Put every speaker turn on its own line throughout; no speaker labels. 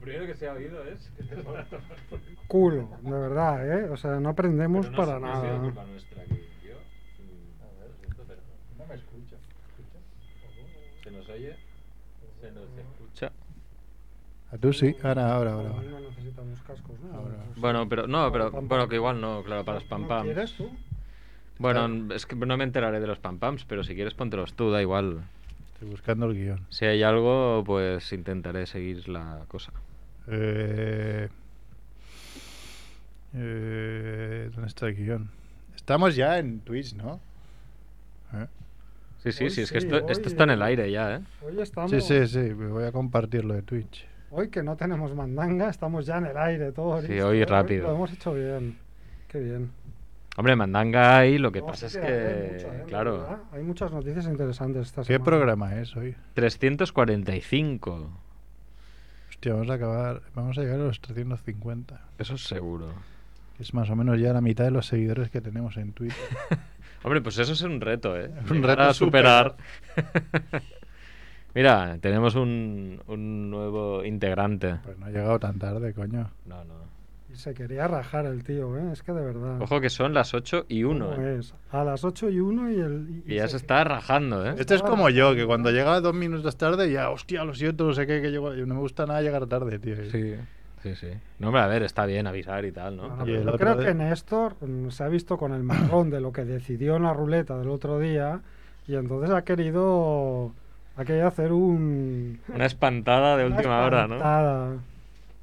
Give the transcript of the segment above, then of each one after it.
primero que se ha oído es que te lo
Culo, de verdad, ¿eh? O sea, no aprendemos
Pero no
para
es- no ha
nada.
sido
¿no?
culpa nuestra que yo. mm,
A ver,
lo siento, pero
no me escucha. ¿Me escucha?
no. ¿Se nos oye? ¿Se nos escucha?
A Ah, tú sí, ahora, ahora, ahora. ahora.
No necesitamos cascos, ¿no?
Ahora.
O sea,
Bueno, pero no, pero
pam, pam.
bueno, que igual no, claro, para los
¿No
pam pams.
¿Quieres tú?
Bueno, es que no me enteraré de los pam pams, pero si quieres póntelos tú, da igual.
Estoy buscando el guión.
Si hay algo, pues intentaré seguir la cosa.
Eh, eh, ¿Dónde está el guión? Estamos ya en Twitch, ¿no? ¿Eh?
Sí, sí,
Hoy
sí, es que
sí,
esto, esto
hoy-
está en el aire ya, ¿eh?
Hoy estamos.
Sí, sí, sí, me voy a compartir lo de Twitch.
Hoy que no tenemos mandanga, estamos ya en el aire, todo.
Sí,
listo. ¿eh?
hoy rápido.
Lo hemos hecho bien. Qué bien.
Hombre, mandanga hay, lo que
No,
pasa es
sí hay mucho, ¿eh?
que,
En
claro,
realidad, Hay muchas noticias interesantes esta
¿Qué
semana.
programa es hoy?
345,
Hostia, vamos a acabar, vamos a llegar a los 350.
eso es seguro.
que Es más o menos ya la mitad de los seguidores que tenemos en Twitch.
Hombre, pues eso es un reto, ¿eh?
Es un
Llegar
reto
a superar. Mira, tenemos un, un nuevo integrante.
Pues no ha llegado tan tarde, coño.
No, no.
Y se quería rajar el tío, ¿eh? Es que de verdad.
Ojo que son las 8 y 1,
¿Cómo
¿eh?
es? A las 8 y 1 y el.
Y ya se está rajando, ¿eh?
Este es como yo, que cuando llegaba dos minutos tarde, ya, hostia, lo siento, no sé qué, que llego- no me gusta nada llegar tarde, tío.
Sí, sí, sí. No, hombre, a ver, está bien avisar y tal, ¿no?
No, no,
Y
pero
el
yo
otro
creo
de-
que Néstor mm, se ha visto con el marrón de lo que decidió en la ruleta del otro día y entonces ha querido, ha querido hacer un...
Una espantada de
una
última hora, ¿no?
espantada.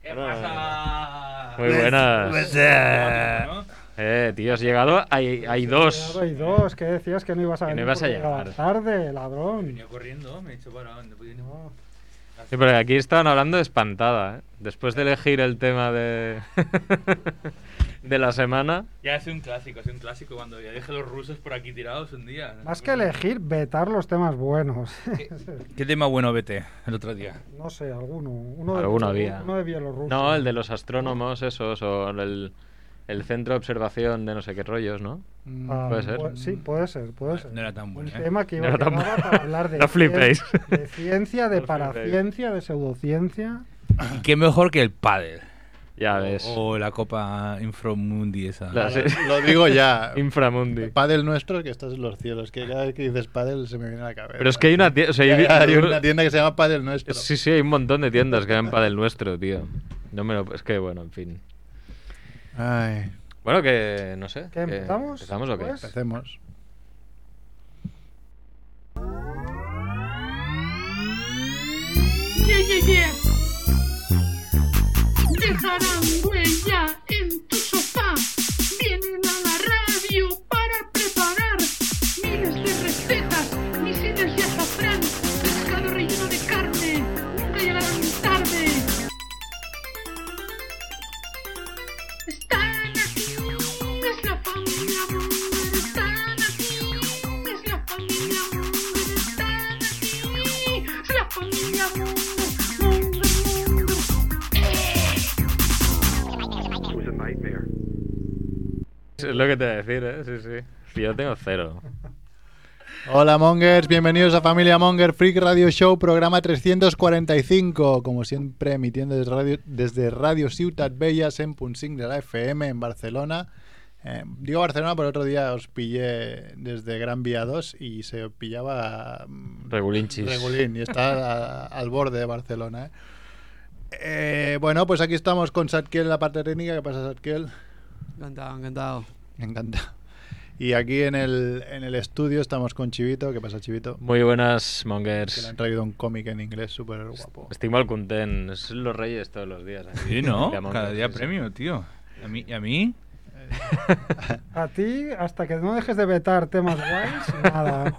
¿Qué
Ahora-
pasa?
Muy buenas.
Pues, eh,
¿No?
Eh, tío, has llegado. Hay, hay dos.
Claro, hay dos, que decías que no ibas a
Que no
venir
ibas a
porque
llegar.
llegabas tarde, ladrón.
Venía corriendo, me he dicho, bueno, pues, ¿dónde voy?
No,
Sí, pero aquí estaban hablando de espantada, ¿eh? Después de elegir el tema de. de la semana.
Ya es un clásico, es un clásico cuando ya dejé los rusos por aquí tirados un día.
Más que elegir, vetar los temas buenos.
¿Qué tema bueno vete el otro día?
no sé, alguno. Uno
Alguno
de,
había.
Uno de Bielorrusia.
No, el de los astrónomos, esos, o el, el centro de observación de no sé qué rollos, ¿no?
Mm,
Ah,
puede ser.
pu- sí, puede ser, puede ser.
No era tan
Un
bueno. ¿eh?
tema que iba
No
a
era tan
llevar
bueno.
para hablar de,
No flipéis.
cien- de ciencia, de
No flipéis.
paraciencia, de pseudociencia.
¿Y qué mejor que el pádel?
Oh,
Ya ves.
O la copa Inframundi esa.
La- sí.
Ah, Lo digo ya.
Inframundi.
Padel nuestro que estás en los cielos, que cada vez que dices padel se me viene a la cabeza.
Pero es que hay una tienda. O sea, yo
Hay-
vi-
hay
yo-
una tienda que se llama Padel Nuestro.
Sí, sí, hay un montón de tiendas que dan para el nuestro, tío. No me lo. Es que, bueno, en fin.
Ay,
Bueno, que no sé.
¿Qué,
que-
empezamos,
¿Empezamos o qué?
pues?
empecemos.
Yeah, yeah, yeah. Dejarán huella en tu sofá. Vienen a la radio para preparar miles de recetas, misiles de azafrán, pescado relleno de carne. Nunca llegarán tarde. Están aquí, es la familia Munger. Están aquí, es la familia Munger. Están aquí, es la familia Munger. Munger, Munger.
Es lo que te voy a decir, ¿eh? Sí, sí. Sí, Yo tengo cero.
Hola Mongers, bienvenidos a Familia Monger Freak Radio Show, programa 345. Como siempre, emitiendo desde Radio, desde radio Ciutat Bellas en Punsing de la FM en Barcelona. Eh, digo Barcelona, pero el otro día os pillé desde Gran Vía 2 y se pillaba mm,
Regulinchis.
Regulín, y está a- al borde de Barcelona. ¿eh? Eh, bueno, pues aquí estamos con Satkiel en la parte técnica. ¿Qué pasa, Satkiel?
Encantado, encantado.
Me encanta. Y aquí en el, en el estudio estamos con Chivito. ¿Qué pasa, Chivito?
Muy buenas,
Que le
mongers.
han traído un cómic en inglés súper guapo.
Estoy mal content. Es los reyes todos los días. aquí.
Sí, ¿no?
De Among
Cada
Us,
día
sí, sí.
premio, tío. ¿Y a mí? ¿Y a mí?
A ti, hasta que no dejes de vetar temas guays, nada.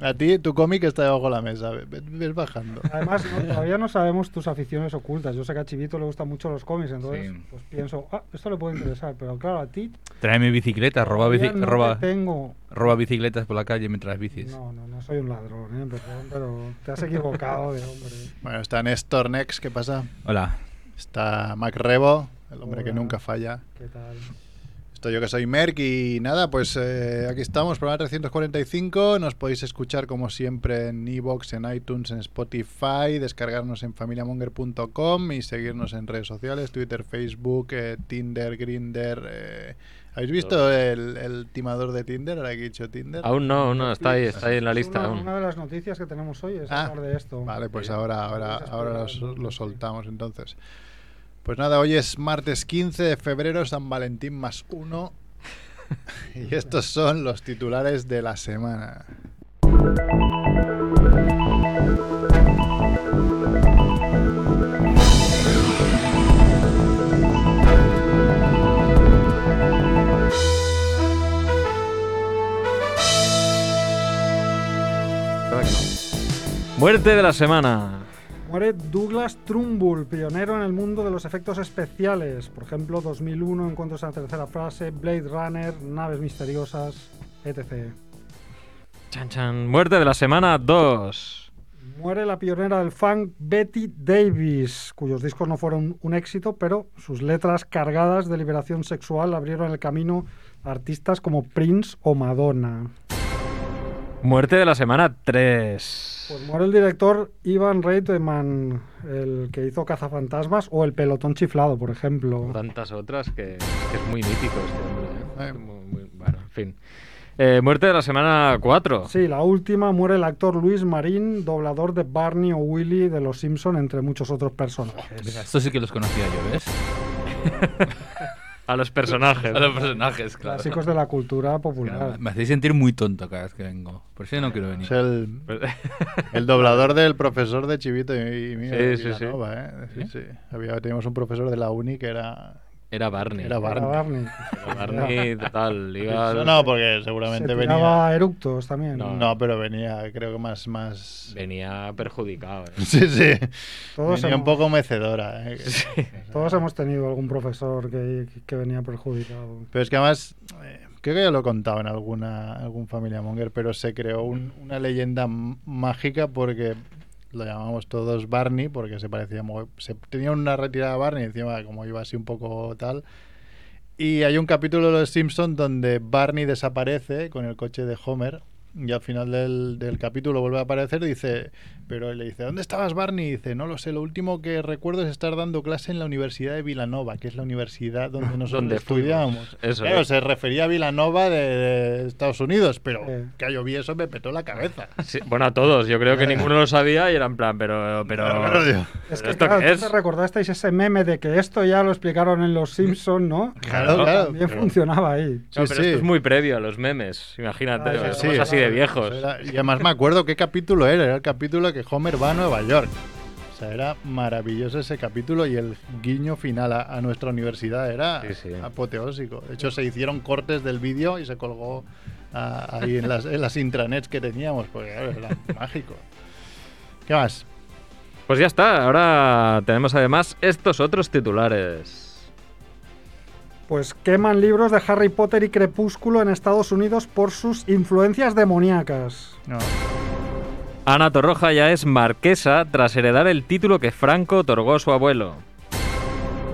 A ti, tu cómic está debajo de la mesa. ve- ve- Ves, bajando.
Además, no- todavía no sabemos tus aficiones ocultas. Yo sé que a Chivito le gustan mucho los cómics, entonces
Sí.
pues pienso, ah, esto le puede interesar, pero claro, a ti
Tráeme bicicletas, roba, bici-
todavía no te
roba,
tengo.
roba bicicletas por la calle mientras bicis.
No, no, no soy un ladrón, ¿eh? perdón, pero te has equivocado de hombre.
Bueno, está Néstor Nex. ¿Qué pasa?
Hola.
Está Mac Rebo, el hombre que
Hola.
nunca falla.
¿Qué tal?
Esto yo que soy Merck y nada, pues eh, aquí estamos, programa 345. Nos podéis escuchar como siempre en Evox, en iTunes, en Spotify, descargarnos en familiamonger.com y seguirnos en redes sociales, Twitter, Facebook, eh, Tinder, Grinder. eh, ¿Habéis visto
Todo.
el, el timador de Tinder? Ahora que he dicho Tinder.
Aún no, aún no, está ahí, está ahí en la
Es
lista
una,
aún.
una de las noticias que tenemos hoy es
Ah,
hablar de esto.
Vale, pues
Sí.
ahora, ahora,
Vamos a
ahora
esperar,
los-
¿no?
lo,
Sí.
soltamos entonces. Pues nada, hoy es martes 15 de febrero, San Valentín más uno. Y estos son los titulares de la semana.
Muerte de la semana.
Muere Douglas Trumbull, pionero en el mundo de los efectos especiales. Por ejemplo, 2001, Encuentros a la tercera frase, Blade Runner, Naves misteriosas, etc.
Chan, chan. Muerte de la semana 2.
Muere la pionera del funk Betty Davis, cuyos discos no fueron un éxito, pero sus letras cargadas de liberación sexual abrieron el camino a artistas como Prince o Madonna.
Muerte de la semana 3.
Pues muere el director Ivan Reitman, el que hizo Cazafantasmas o El pelotón chiflado, por ejemplo.
Tantas otras que, que es muy mítico este hombre. ¿eh?
Eh.
Muy- muy- bueno, en fin. Eh, muerte de la semana 4.
Sí, la última muere el actor Luis Marín, doblador de Barney o Willy de Los Simpson, entre muchos otros personajes.
Esto sí que los conocía yo, ¿ves?
A los personajes.
A los personajes, claro.
Clásicos de la cultura
Claro,
popular.
Me hacéis sentir muy tonto cada vez que vengo. Por eso yo no quiero venir.
Es el,
Pues,
el doblador del profesor de Chivito y, y mío.
Sí,
de
sí, sí.
Vilanova, ¿eh? Sí, sí. Había, teníamos un profesor de la uni que era...
Era Barney.
Era Barney.
Era Barney.
Era Barney, total. Iba al-
No, porque
Se
seguramente venía...
tiraba eructos también.
No, pero venía, creo que más... más...
Venía perjudicado. ¿eh?
Sí, sí.
Todos
venía
hemos,
un poco mecedora. ¿eh?
todos hemos tenido algún profesor que, que venía perjudicado.
Pero es que además, eh, creo que ya lo he contado en alguna, algún Familia Monger, pero se creó un- una leyenda m- mágica porque lo llamamos todos Barney, porque se parecía muy- se tenía una retirada Barney, encima como iba así un poco tal. Y hay un capítulo de Los Simpsons donde Barney desaparece con el coche de Homer. Y al final del, del capítulo vuelve a aparecer y dice, pero le dice, ¿dónde estabas Barney? Y dice, no lo sé, lo último que recuerdo es estar dando clase en la Universidad de Vilanova, que es la universidad donde nosotros
Donde fuimos.
estudiábamos.
Eso
claro,
es.
se refería a Vilanova de, de Estados Unidos, pero
Eh.
que yo vi eso me petó la cabeza.
Sí, bueno, a todos. Yo creo que ninguno lo sabía y era en plan, pero. pero
Claro, tío.
Es
¿Pero
que
esto
claro,
qué es?
entonces recordasteis ese meme de que esto ya lo explicaron en Los Simpson, ¿no?
Claro, claro.
También funcionaba ahí.
No, pero
Sí, sí.
esto es muy previo a los memes. Imagínate,
Ah, sí,
somos
sí.
así de viejos.
Era- y además me acuerdo qué capítulo era. Era el capítulo que Homer va a Nueva York. O sea, era maravilloso ese capítulo y el guiño final a, a nuestra universidad era
Sí, sí.
apoteósico. De hecho, se hicieron cortes del vídeo y se colgó ah, ahí en las, en las intranets que teníamos, porque claro, era mágico. ¿Qué más?
Pues ya está, ahora tenemos además estos otros titulares.
Pues queman libros de Harry Potter y Crepúsculo en Estados Unidos por sus influencias demoníacas.
No.
Ana Torroja ya es marquesa tras heredar el título que Franco otorgó a su abuelo.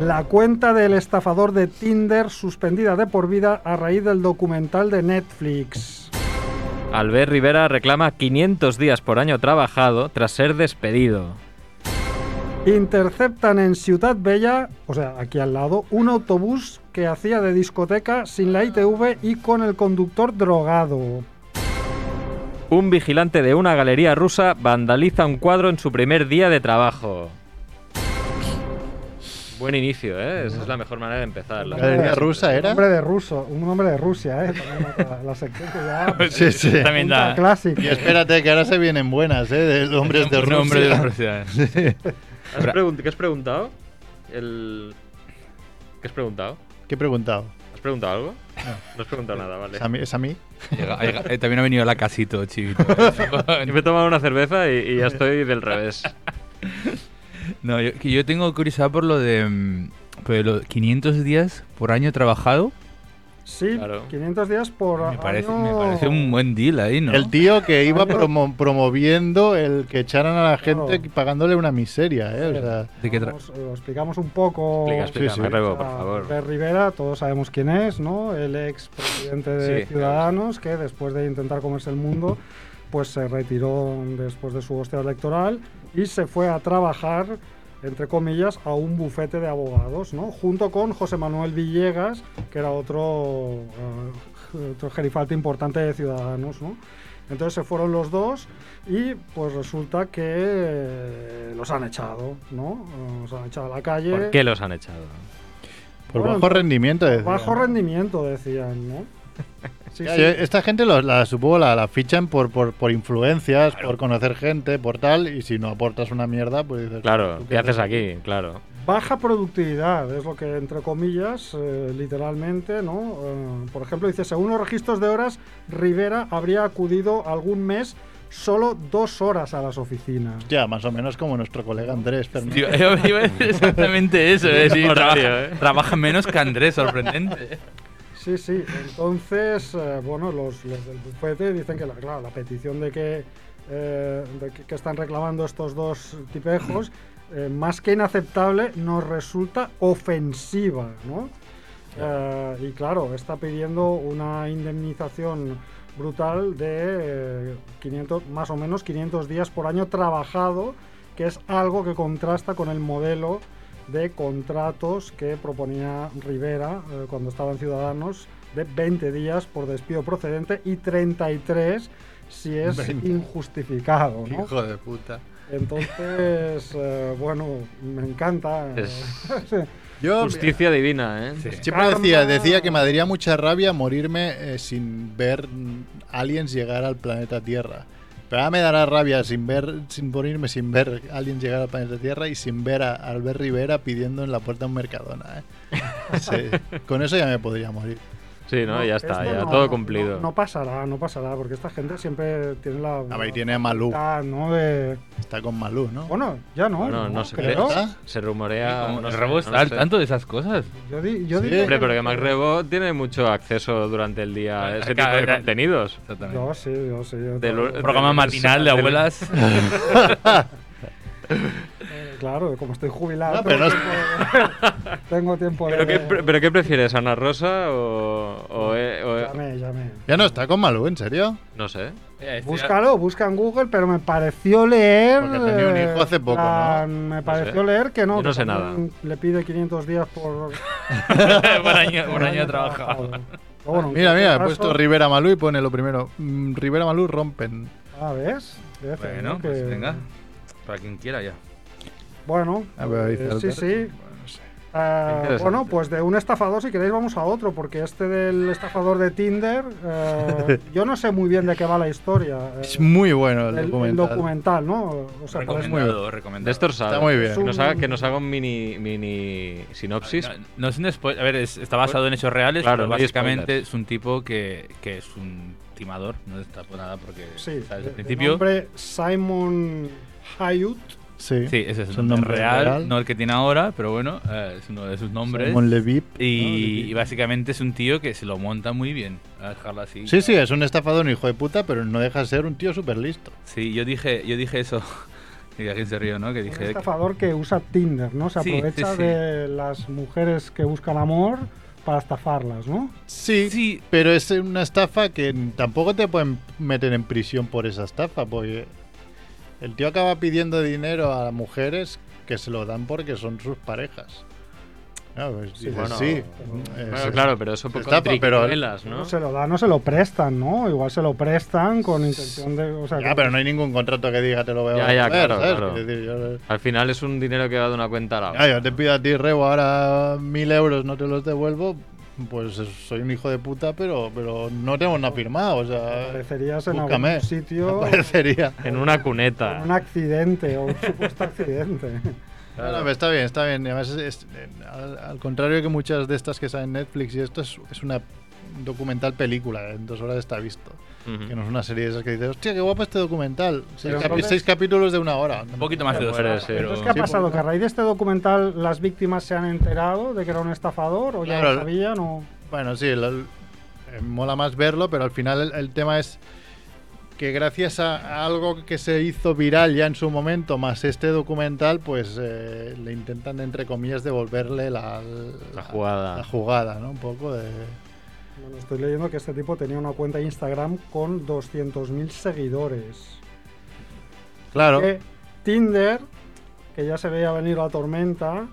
La cuenta del estafador de Tinder suspendida de por vida a raíz del documental de Netflix.
Albert Rivera reclama 500 días por año trabajado tras ser despedido.
Interceptan en Ciudad Bella, o sea, aquí al lado, un autobús que hacía de discoteca sin la ITV y con el conductor drogado.
Un vigilante de una galería rusa vandaliza un cuadro en su primer día de trabajo. Buen inicio, ¿eh? Esa es la mejor manera de empezar. la
¿La galería
verdad.
rusa
Un
¿eh? era?
hombre de ruso, un hombre de Rusia, ¿eh? También La, la sección que ya-
Pues
Sí, sí.
También
punta
da.
clásico.
Y espérate, que ahora se vienen buenas, ¿eh? De hombres de
Un
Rusia.
hombre de universidades.
¿Has pregun- ¿Qué has preguntado? El... ¿Qué has preguntado?
¿Qué he preguntado?
¿Has preguntado algo? No. has preguntado nada, vale.
¿Es a mí? ¿Es a mí?
Llega- llega- eh, también ha venido la casito, chivito.
Yo me he tomado una cerveza y, y ya estoy del revés.
No, yo, que yo tengo curiosidad por lo de. mm, Por los 500 días por año trabajado.
Sí,
Claro.
500 días por
Me parece,
año.
me parece un buen deal ahí, ¿no?
El tío que iba
Claro.
promo- promoviendo el que echaran a la gente
Claro.
pagándole una miseria, ¿eh? O sea,
¿De qué tra-
Vamos, eh, lo explicamos un poco.
Explica,
sí,
explica,
sí.
me rebo, por
Oh, Ah,
favor.
Albert Rivera, todos sabemos quién es, ¿no? El ex presidente de
Sí.
Ciudadanos, que después de intentar comerse el mundo, pues se retiró después de su hostia electoral y se fue a trabajar, entre comillas, a un bufete de abogados, ¿no? Junto con José Manuel Villegas, que era otro, eh, otro gerifalte importante de Ciudadanos, ¿no? Entonces se fueron los dos y pues resulta que eh, los han echado, ¿no? Los han echado a la calle.
¿Por qué los han echado?
por
Bueno,
bajo rendimiento. decía.
Bajo rendimiento, decían, ¿no? Sí,
Ya, eh.
sí.
yo- Esta gente los- la supongo la, la fichan por, por, por influencias, por conocer gente, por tal, y si no aportas una mierda, pues dices,
Claro,
¿tú
¿qué haces aquí? Claro.
Baja productividad, es lo que, entre comillas, eh, literalmente, ¿no? Eh, por ejemplo, dice, según los registros de horas, Rivera habría acudido algún mes solo dos horas a las oficinas.
Ya, más o menos como nuestro colega Andrés Fernández.
Tío, yo iba a decir exactamente eso, ¿eh? Sí,
Horario,
trabaja,
¿eh?
trabaja menos que Andrés, sorprendente.
Sí, sí. Entonces, eh, bueno, los, los del bufete dicen que la, claro, la petición de que, eh, de que, que están reclamando estos dos tipejos, eh, más que inaceptable, nos resulta ofensiva, ¿no? Eh, y claro, está pidiendo una indemnización brutal de eh, 500, más o menos 500 días por año trabajado, que es algo que contrasta con el modelo de contratos que proponía Rivera eh, cuando estaba en Ciudadanos de 20 días por despido procedente y 33 si es
20.
injustificado. ¿no?
Hijo de puta.
Entonces, eh, bueno, me encanta. eh,
Es
Yo
justicia divina, ¿eh?
siempre decía,
Karma.
decía que me daría mucha rabia morirme eh, sin ver mm, aliens llegar al planeta Tierra. Pero ahora me dará rabia sin ver, sin morirme sin ver aliens llegar al planeta Tierra y sin ver a Albert Rivera pidiendo en la puerta un Mercadona. ¿eh? Sí, con eso ya me podría morir.
Sí, ¿no? ya está,
esto
ya
no-
todo cumplido.
No, no pasará, no pasará, porque esta gente siempre tiene la.
A ver, tiene a Malú.
la- ¿no? De-
Está con Malú, ¿no?
bueno, ya no.
Bueno, no sé, ¿eh?
creo.
¿Está?
Se rumorea.
Como
no
nos
sé,
rebo
Ah, no
estar
sé.
tanto de esas cosas.
Yo, di- yo
Sí.
diría
Hombre,
que-
pero que Mac Rebo tiene mucho acceso durante el día a ese tipo
Claro,
de
claro.
contenidos.
Exactamente.
Yo sí, yo sí. yo
De lo-
también.
Programa matinal de abuelas.
Claro, como estoy jubilado.
No, pero
tengo, tiempo de, tengo
no
tiempo de.
¿Pero qué, pre- pero qué prefieres, Ana Rosa o.? o, eh, o-
Llame, llame.
Ya no está con Malú, ¿en serio?
no sé.
este
Eh, estoy-
Búscalo, busca en Google, pero me pareció leer.
Porque tenía un hijo hace poco, ¿no?
ah, Me pareció leer que no.
Yo no
que
sé nada.
también Le pide 500 días por.
por año, por
por
año
año
he trabajado.
Pero bueno, en
Mira,
cualquier
mira, he
caso-
puesto Rivera Malú y pone lo primero. mm, Rivera Malú rompen.
Ah, ¿ves? Ves,
Bueno,
¿no?
pues
Que-
venga. Para quien quiera ya.
Bueno,
A ver, dice
eh, sí,
Albert.
sí.
Bueno, sí.
Ah,
Interesante.
bueno, pues de un estafador, si queréis, vamos a otro, porque este del estafador de Tinder, eh, yo no sé muy bien de qué va la historia. eh,
Es muy bueno el,
el- el
documental.
documental, ¿no? O sea, parece-
Recomendado, recomendado.
De estos sabe.
Está muy bien.
Que nos haga, que nos haga un mini, mini sinopsis.
No, no es un spoiler. A ver, es- está basado en hechos
Pues,
reales,
Claro,
pero
no hay
básicamente
spoilers.
es un tipo que, que es un timador. No está por nada porque
Sí, de-
está desde el
de
principio.
nombre Simon Hayut.
Sí.
Sí, ese es
Es
el
un
nombre,
nombre
real,
real.
no el que tiene ahora, pero bueno, eh, es uno de sus nombres.
Simon Levip.
Y, y básicamente es un tío que se lo monta muy bien, a dejarlo así.
Sí, sí, es un estafador, un hijo de puta, pero no deja de ser un tío súper listo.
Sí, yo dije, yo dije eso. Y alguien se rió, ¿no? Que
Un
dije.
estafador que usa Tinder, ¿no? Se
Sí, sí,
aprovecha
sí.
de las mujeres que buscan amor para estafarlas, ¿no?
Sí,
Sí,
pero es una estafa que tampoco te pueden meter en prisión por esa estafa, porque el tío acaba pidiendo dinero a mujeres que se lo dan porque son sus parejas. Claro, pues dices, sí,
bueno,
eh,
Bueno,
sí.
claro, pero eso poco
Está, pero-
triquiñuelas,
¿no?
¿no?
se lo da, no se lo prestan, ¿no? Igual se lo prestan con intención de. O sea,
Ya,
que-
pero no hay ningún contrato que diga te lo voy a
Ya, ya,
devolver,
claro,
¿sabes?
claro.
Es decir, yo-
Al final es un dinero que va de una cuenta a la
Ah,
otra.
yo te pido a ti, Rebo, ahora mil euros no te los devuelvo. Pues es- soy un hijo de puta, pero, pero no tenemos nada firmado. O sea,
Aparecerías en
búscame.
algún sitio.
Aparecería.
En una
con
cuneta.
un accidente o un supuesto accidente.
No, no, está bien, está bien. Y Además, es- es- eh, al, al contrario que muchas de estas que salen en Netflix y esto, es, es una un documental película. En dos horas está visto.
Ujú.
Que no es una serie de esas que dices, hostia, qué guapo este documental. Seis,
Pero
capi-
entonces-
seis capítulos de una hora.
un poquito más de dos
Muere,
horas,
sí.
pero.
Entonces, ¿qué ha
Sí,
pasado?
porque-
¿Que a raíz de este documental las víctimas se han enterado de que era un estafador o ya lo
Claro.
sabían? O...
Bueno, sí, lo- eh, mola más verlo, pero al final el, el tema es que gracias a, a algo que se hizo viral ya en su momento, más este documental, pues eh, le intentan, entre comillas, devolverle la,
La jugada.
La jugada, ¿no? Un poco de...
Bueno, estoy leyendo que este tipo tenía una cuenta de Instagram con 200.000 seguidores.
Claro.
Que Tinder, que ya se veía venir la tormenta,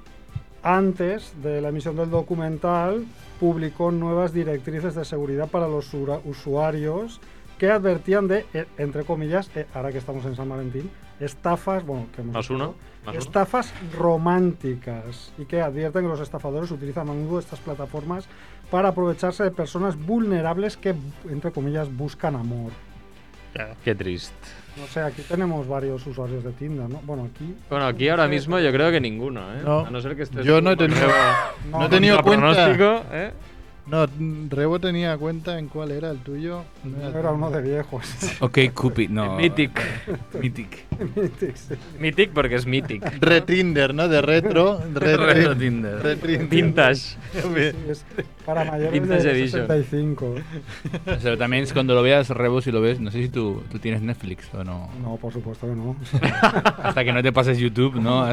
antes de la emisión del documental, publicó nuevas directrices de seguridad para los ura- usuarios que advertían de, eh, entre comillas, eh, ahora que estamos en San Valentín, estafas, bueno, que hemos
Más uno.
dicho,
Más uno.
estafas románticas y que advierten que los estafadores utilizan a menudo estas plataformas para aprovecharse de personas vulnerables que, entre comillas, buscan amor.
Qué triste.
No sé, aquí tenemos varios usuarios de Tinder, ¿no? Bueno, aquí...
Bueno, aquí ahora mismo yo creo que ninguno, ¿eh?
No.
A no ser que estés.
Yo no he
con
tenido-
Rebo.
No he tenido
Contra
cuenta.
pronóstico, ¿eh?
No, Rebo tenía cuenta en cuál era el tuyo. No
No Era uno de viejos.
Ok, Cupid, no.
Mythic.
Mythic.
Mythic porque es Mythic.
Retinder, ¿no? De retro.
Retro
Retinder.
Tinder.
Vintage.
Es para mayores
Vintage
de
Edition.
65.
O sea, también es cuando lo veas, Rebo, si lo ves, no sé si tú, tú tienes Netflix o no.
No, por supuesto que no.
Hasta que no te pases YouTube, ¿no?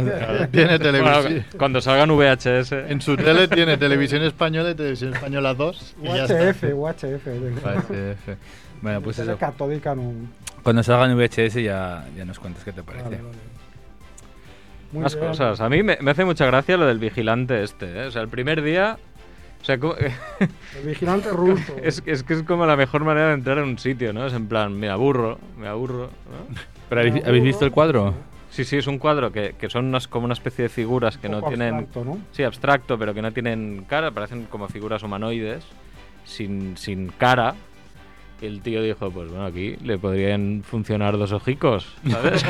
Tiene televisión.
Bueno, cuando salgan VHS.
En su tele tiene televisión española y televisión española 2. Y ya está.
UHF, UHF. tengo.
VHF. Bueno, pues
Tele
eso.
catódica no.
Cuando salga en VHS ya, ya nos cuentas qué te
Vale,
parece.
vale. Muy
Más
bien.
cosas. A mí me, me hace mucha gracia lo del vigilante este, ¿eh? O sea, el primer día. O sea, co-
El vigilante ruso.
es, es que es como la mejor manera de entrar en un sitio, ¿no? Es en plan, me aburro, me aburro, ¿no?
¿Pero
Uh.
habéis, habéis visto el cuadro?
Sí, sí, es un cuadro que, que son unas, como una especie de figuras que
Un
no
poco
tienen...
abstracto, ¿no?
Sí, abstracto, pero que no tienen cara, parecen como figuras humanoides, sin, sin cara. Y el tío dijo, pues bueno, aquí le podrían funcionar dos ojicos, ¿sabes?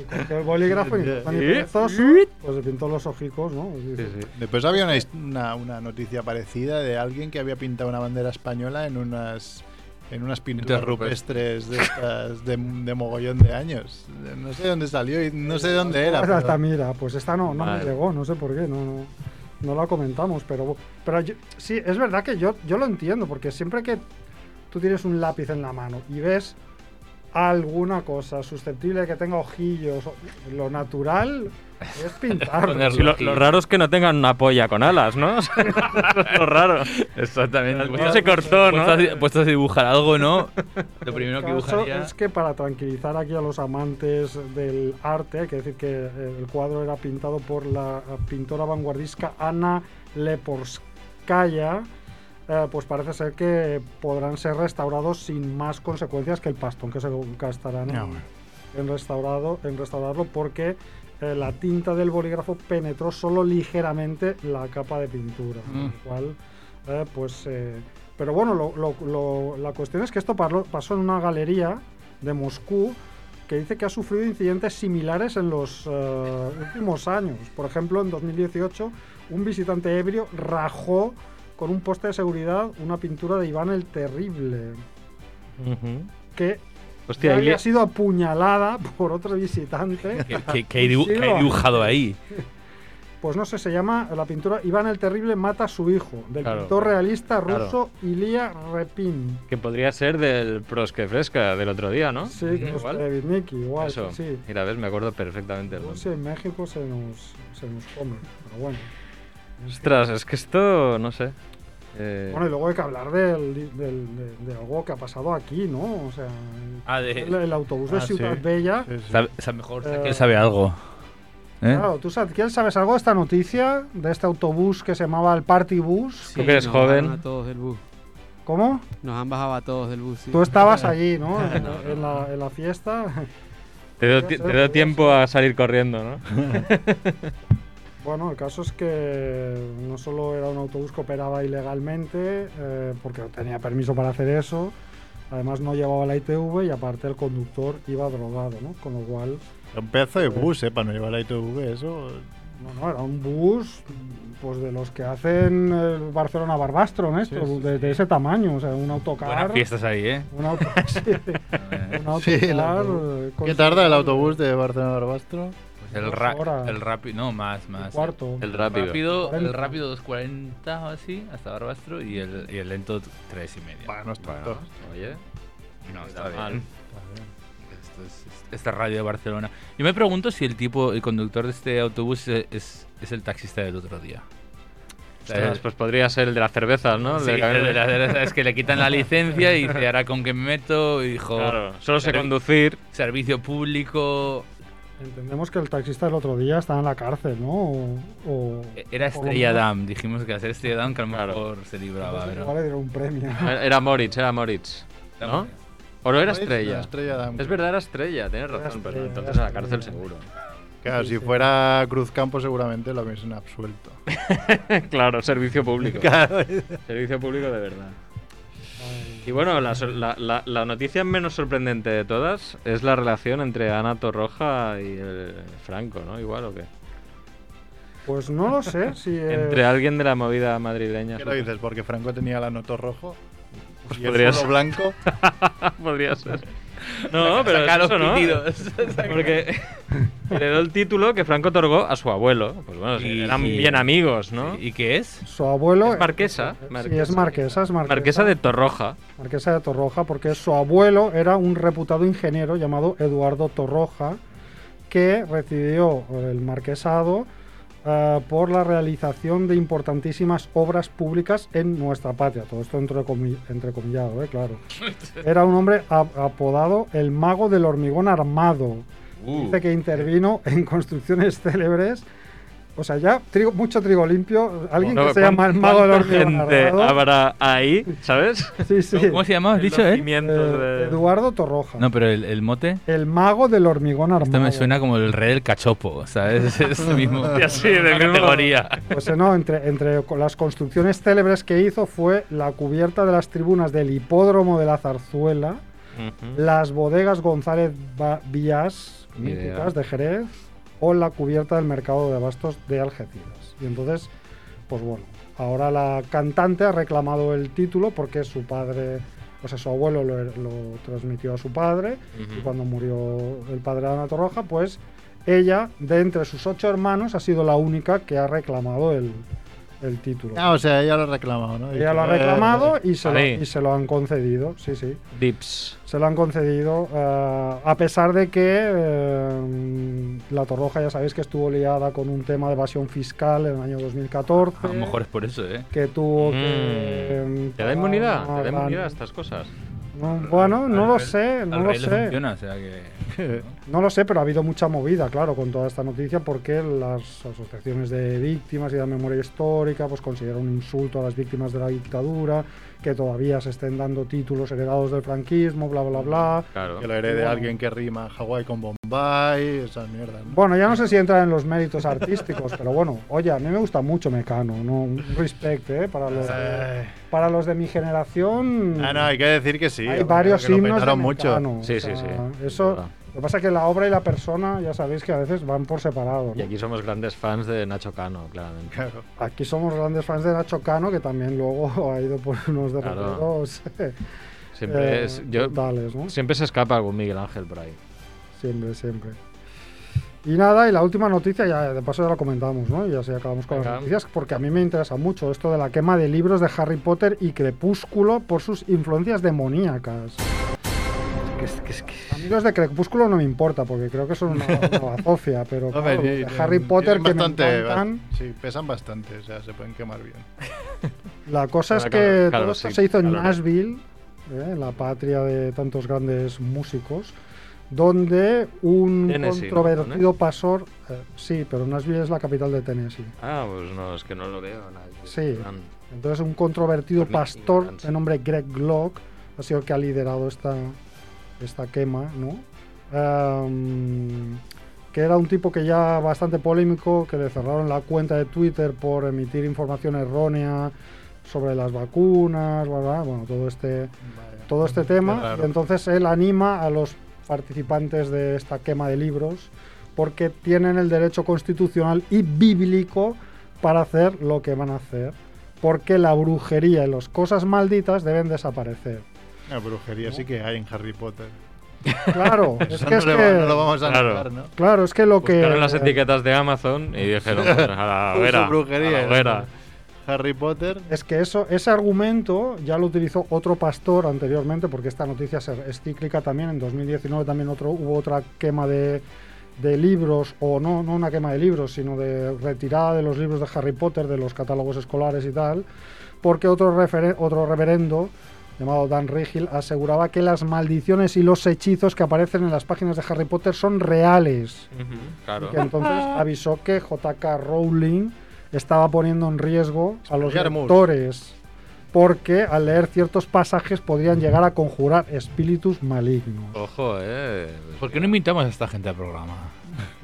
Y cogió el bolígrafo y,
Sí.
tan y perezoso, pues le pintó los ojicos, ¿no? Y
Sí,
dice,
sí.
Después había una, his- una- una noticia parecida de alguien que había pintado una bandera española en unas en unas pinturas rupestres de, estas de, de mogollón de años. No sé dónde salió y no sé dónde era.
Ahora está,
pero-
mira, pues esta no, no me
Vale.
llegó, no sé por qué, no, no, no la comentamos, pero, pero yo- sí, es verdad que yo, yo lo entiendo, porque siempre que tú tienes un lápiz en la mano y ves alguna cosa susceptible de que tenga ojillos, o- lo natural es pintarlo.
Ponerlo.
Sí, lo, lo raro es que no tengan una polla con alas, ¿no? Eso es lo raro.
Exactamente.
El tío se cortó, ¿no?
Puestas, puestas Pues a dibujar algo, ¿no? Lo primero
El
que
caso
dibujaría.
es que para tranquilizar aquí a los amantes del arte, hay que decir que eh, el cuadro era pintado por la pintora vanguardista Ana Leporskaya, eh, pues parece ser que podrán ser restaurados sin más consecuencias que el pastón que se gastarán en-
No, bueno.
en, restaurado, en restaurarlo porque eh, la tinta del bolígrafo penetró solo ligeramente la capa de pintura.
Mm.
lo cual, eh, pues, eh, pero bueno, lo- lo- lo- la cuestión es que esto parlo- pasó en una galería de Moscú que dice que ha sufrido incidentes similares en los eh, últimos años. Por ejemplo, en 2018, un visitante ebrio rajó con un poste de seguridad una pintura de Iván el Terrible,
Ujú.
que
Hostia,
ya
ahí
había
le-
sido apuñalada por otro visitante.
Que, que- que hay dibu-
Sí,
que hay
va.
dibujado ahí.
Pues no sé, se llama la pintura Iván el Terrible mata a su hijo, del
Claro.
pintor realista
Claro.
ruso Ilya Repin.
que podría ser del pros que fresca del otro día, ¿no?
Sí, que es
Igual.
de Vidniki, igual,
Eso.
sí.
Mira, ves, me acuerdo perfectamente del nombre.
Rusia y México se nos, se nos come, pero bueno.
Ostras, es que esto, no sé. Eh,
Bueno, y luego hay que hablar del, del- de, de algo que ha pasado aquí, ¿no? O sea,
Ah, de-
el, el autobús
Ah,
de Ciudad
sí.
Bella.
Sí, sí.
Sabe, sabe mejor
Eh, Ah,
que sabe algo. ¿Eh?
Claro, ¿tú sabes, quién sabes algo de esta noticia? De este autobús que se llamaba el Party Bus.
que eres
nos
joven.
bajaron A todos del bus.
¿Cómo?
Nos han bajado a todos del bus. sí.
Tú estabas allí, ¿no? En, en la, en la fiesta.
te dio, ti-
podría ser,
te dio
podría
tiempo a salir corriendo, ¿no?
Bueno, el caso es que no solo era un autobús que operaba ilegalmente, eh, porque no tenía permiso para hacer eso, además no llevaba la ITV y aparte el conductor iba drogado, ¿no? Con lo cual,
Un pedazo de bus, ¿eh? Para no llevar la ITV, eso.
no, no, era un bus pues de los que hacen el Barcelona Barbastro, ¿no? Esto, de, de ese tamaño, o sea, un autocar.
Buenas fiestas ahí, ¿eh? Pues
Un auto, sí, un
Sí, el
autocar,
autobús.
eh, con-
¿Qué tarda el autobús de Barcelona a Barbastro?
El,
Dos
ra
horas.
el rápido, no, más, más.
Cuarto.
El
rápido.
rápido.
el
40.
rápido 240 o así, hasta Barbastro, y el, y el lento 3 y medio.
Bueno, no es
Bueno,
tanto.
oye.
no, está
está mal.
bien. Esto es- es- esta radio de Barcelona. Yo me pregunto si el tipo, el conductor de este autobús eh, es, es el taxista del otro día. O sea,
Ostras,
el-
pues podría ser el de las cervezas, ¿no? El
sí,
de la-
el de la- es que le quitan la licencia y dice, ahora con qué me meto, hijo.
Claro, solo sé
Pero-
conducir.
Servicio público.
Entendemos que el taxista del otro día estaba en la cárcel, ¿no? O, o-
E-,
E-, Era
por lo
Estrella
menos
Damm. Dijimos que hacer Estrella Damm, que a lo
Claro.
mejor se libraba.
igual
Pero...
le dieron un premio.
Era Moritz, era Moritz. ¿No? O no era estrella.
Estrella Damm.
Es verdad, era estrella, tienes
Era
razón, pero
Estrella,
entonces
era
a la cárcel
Estrella.
seguro.
Claro,
Sí,
si
sí.
fuera Cruzcampo seguramente lo hubiesen absuelto.
claro, servicio público. Servicio público de verdad. Y bueno, la, sor- la- la- la noticia menos sorprendente de todas es la relación entre Ana Torroja y el Franco, ¿no? Igual o qué.
Pues no lo sé si es-
Entre alguien de la movida madrileña.
¿Qué lo dices? ¿Porque Franco tenía el anoto rojo? ¿Y el
podrías-
foro blanco?
Podría ser. No, pero
Saca
es
los
eso, ¿no?
pitidos.
Porque heredó el título que Franco otorgó a su abuelo. Pues bueno,
Y-
eran
y-
bien amigos, ¿no?
¿Y qué es?
su abuelo. eh,
Es marquesa,
Sí, es
marquesa.
marquesa, es marquesa.
Marquesa de Torroja.
Marquesa de Torroja, porque su abuelo era un reputado ingeniero llamado Eduardo Torroja, que recibió el marquesado eh, por la realización de importantísimas obras públicas en nuestra patria. Todo esto entre entrecomillado, ¿eh? claro. Era un hombre ap- apodado el mago del hormigón armado.
Uh.
Dice que intervino en construcciones célebres. O sea, ya trigo- mucho trigo limpio. Alguien
No,
que se llama el mago del
¿cuánta
hormigón
gente
armado.
habrá ahí, ¿sabes?
Sí, sí.
¿Cómo se llamaba? ¿Has dicho,
Los
eh?
cimientos
Eh,
de-
Eduardo Torroja.
No, pero el, el mote.
El mago del hormigón armado.
Esto me suena como el rey del cachopo, ¿sabes? Es lo mismo.
así, de
Una
mismo-
categoría.
Pues eh, no, entre, entre co- las construcciones célebres que hizo fue la cubierta de las tribunas del hipódromo de la Zarzuela,
Ujú.
las bodegas González Ba- Vías,
Ni idea.
míticas, de Jerez, o la cubierta del mercado de abastos de Algeciras. Y entonces, pues bueno, ahora la cantante ha reclamado el título porque su padre, o sea, su abuelo lo, lo transmitió a su padre. Y cuando murió el padre de Ana Torroja, pues ella, de entre sus ocho hermanos, ha sido la única que ha reclamado el, el título.
Ah, o sea, ella lo ha reclamado, ¿no?
ella lo ha
Eh,
reclamado y se
a
lo,
ver.
y se lo han concedido, sí, sí.
Dips.
Se lo han concedido, eh, a pesar de que eh, la Torroja, ya sabéis que estuvo liada con un tema de evasión fiscal en el año 2014.
A lo mejor es por eso, ¿eh?
que tuvo
Mm.
que...
¿Te da inmunidad?
pagar
¿Te da
una
inmunidad
gran-
estas cosas?
No, bueno, no
Al
lo
rey-
sé, no
al
lo
rey le
sé.
funciona, o sea que.
No lo sé, pero ha habido mucha movida, claro, con toda esta noticia, porque las asociaciones de víctimas y de la memoria histórica pues consideran un insulto a las víctimas de la dictadura, que todavía se estén dando títulos heredados del franquismo, bla, bla, bla.
Claro.
Que lo herede
Bueno.
alguien que rima Hawái con Bombay, esas mierdas, ¿no?
Bueno, ya no sé si entran en los méritos artísticos, pero bueno, oye, a mí me gusta mucho Mecano, ¿no? Un respect, ¿eh? Para los de,
Ay.
para los de mi generación...
Ah, no, hay que decir que sí.
eh, Hay
hombre,
varios
que lo
himnos de
petaron mucho.
Mecano, o
Sí, sí,
sea,
sí.
Eso, lo que pasa es que la obra y la persona, ya sabéis que a veces van por separado.
Y
¿no?
aquí somos grandes fans de Nacho Cano, claramente.
Claro.
Aquí somos grandes fans de Nacho Cano, que también luego ha ido por unos derroteros eh,
Siempre, es- yo,
brutales, ¿no?
siempre se escapa algún Miguel Ángel por ahí.
Siempre, siempre. Y nada, y la última noticia, ya de paso ya la comentamos, ¿no? Y así acabamos con
Venga.
las noticias, porque a mí me interesa mucho esto de la quema de libros de Harry Potter y Crepúsculo por sus influencias demoníacas. A mí los de Crepúsculo no me importa, porque creo que son una, una bazofia, pero
Hombre,
claro, los
sí,
de
sí,
Harry
sí,
Potter
tienen
que me
bastante-
encantan...
Sí, pesan bastante, o sea, se pueden quemar bien.
La cosa es
Bueno,
que
claro, claro,
todo esto
sí,
se hizo en
claro.
Nashville, ¿eh? la patria de tantos grandes músicos, donde un
Tennessee,
controvertido pastor, eh, sí, pero Nashville es la capital de Tennessee.
Ah, pues no, es que no lo veo. nadie.
Sí.
Ah, no.
Entonces un controvertido
Por mí,
pastor
ignorancia.
de nombre Greg Glock ha sido el que ha liderado esta, esta quema, ¿no? Em, que era un tipo que ya bastante polémico, que le cerraron la cuenta de Twitter por emitir información errónea sobre las vacunas, bla, bla, bueno, todo este, todo este tema.
raro.
Y entonces él anima a los participantes de esta quema de libros porque tienen el derecho constitucional y bíblico para hacer lo que van a hacer. Porque la brujería y las cosas malditas deben desaparecer.
La brujería sí que hay en Harry Potter.
Claro, es que, es
no, le
que-
va- no lo vamos a
Claro.
notar, ¿no?
claro, es que lo que. eh,
Buscaron
eh,
las etiquetas de Amazon y dijeron, pues, a la
Puso
hoguera,
brujería,
a la hoguera.
Harry Potter.
Es que eso, ese argumento ya lo utilizó otro pastor anteriormente, porque esta noticia se- es cíclica también. En 2019 también otro, hubo otra quema de, de libros, o no, no una quema de libros, sino de retirada de los libros de Harry Potter, de los catálogos escolares y tal, porque otro, referen- otro reverendo llamado Dan Rigel aseguraba que las maldiciones y los hechizos que aparecen en las páginas de Harry Potter son reales.
Claro.
Y que entonces avisó que JK Rowling estaba poniendo en riesgo a los
Espellarmus.
lectores porque al leer ciertos pasajes podrían llegar a conjurar espíritus malignos.
Ojo, eh.
¿Por qué no invitamos a esta gente al programa?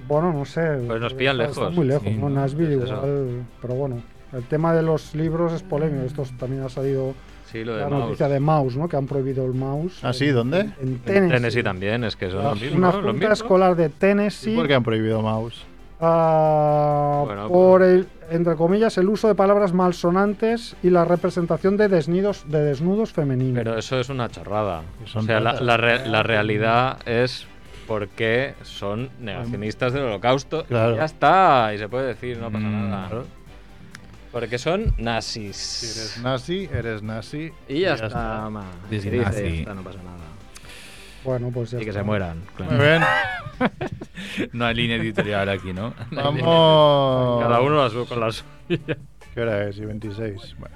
Bueno, no sé. eh,
Pues nos pillan
está- está
lejos.
muy lejos,
Sí,
¿no?
no,
Nashville
es eso.
igual, pero bueno. El tema de los libros es polémico. Esto es- también ha salido
Sí, lo de
la
Maus.
noticia de Mouse, ¿no? Que han prohibido el mouse.
¿Ah, sí?
en-
¿Dónde?
En
En
Tennessee.
Tennessee también, es que son lo mismo.
Una
lo
junta
mismo.
escolar de Tennessee.
¿Y por qué han prohibido mouse?
Ah,
Bueno, pues.
por el, entre comillas, el uso de palabras malsonantes y la representación de desnudos, de desnudos femeninos.
Pero eso es una charrada. O
Son
sea, la,
tantas.
la re- la realidad es porque son negacionistas del holocausto.
Claro.
Ya está, y se puede decir, no pasa
Mm,
nada.
claro.
Porque son nazis.
Si eres nazi, eres nazi.
Y ya, está, ma.
Dice
Se dice, ya
nazi.
está, no pasa nada.
bueno, pues ya
Y que
está.
se mueran,
Muy
claro.
bien.
No hay línea editorial aquí, ¿no?
Vamos.
Cada uno la su- con las
¿Qué hora es? Y 26. Bueno.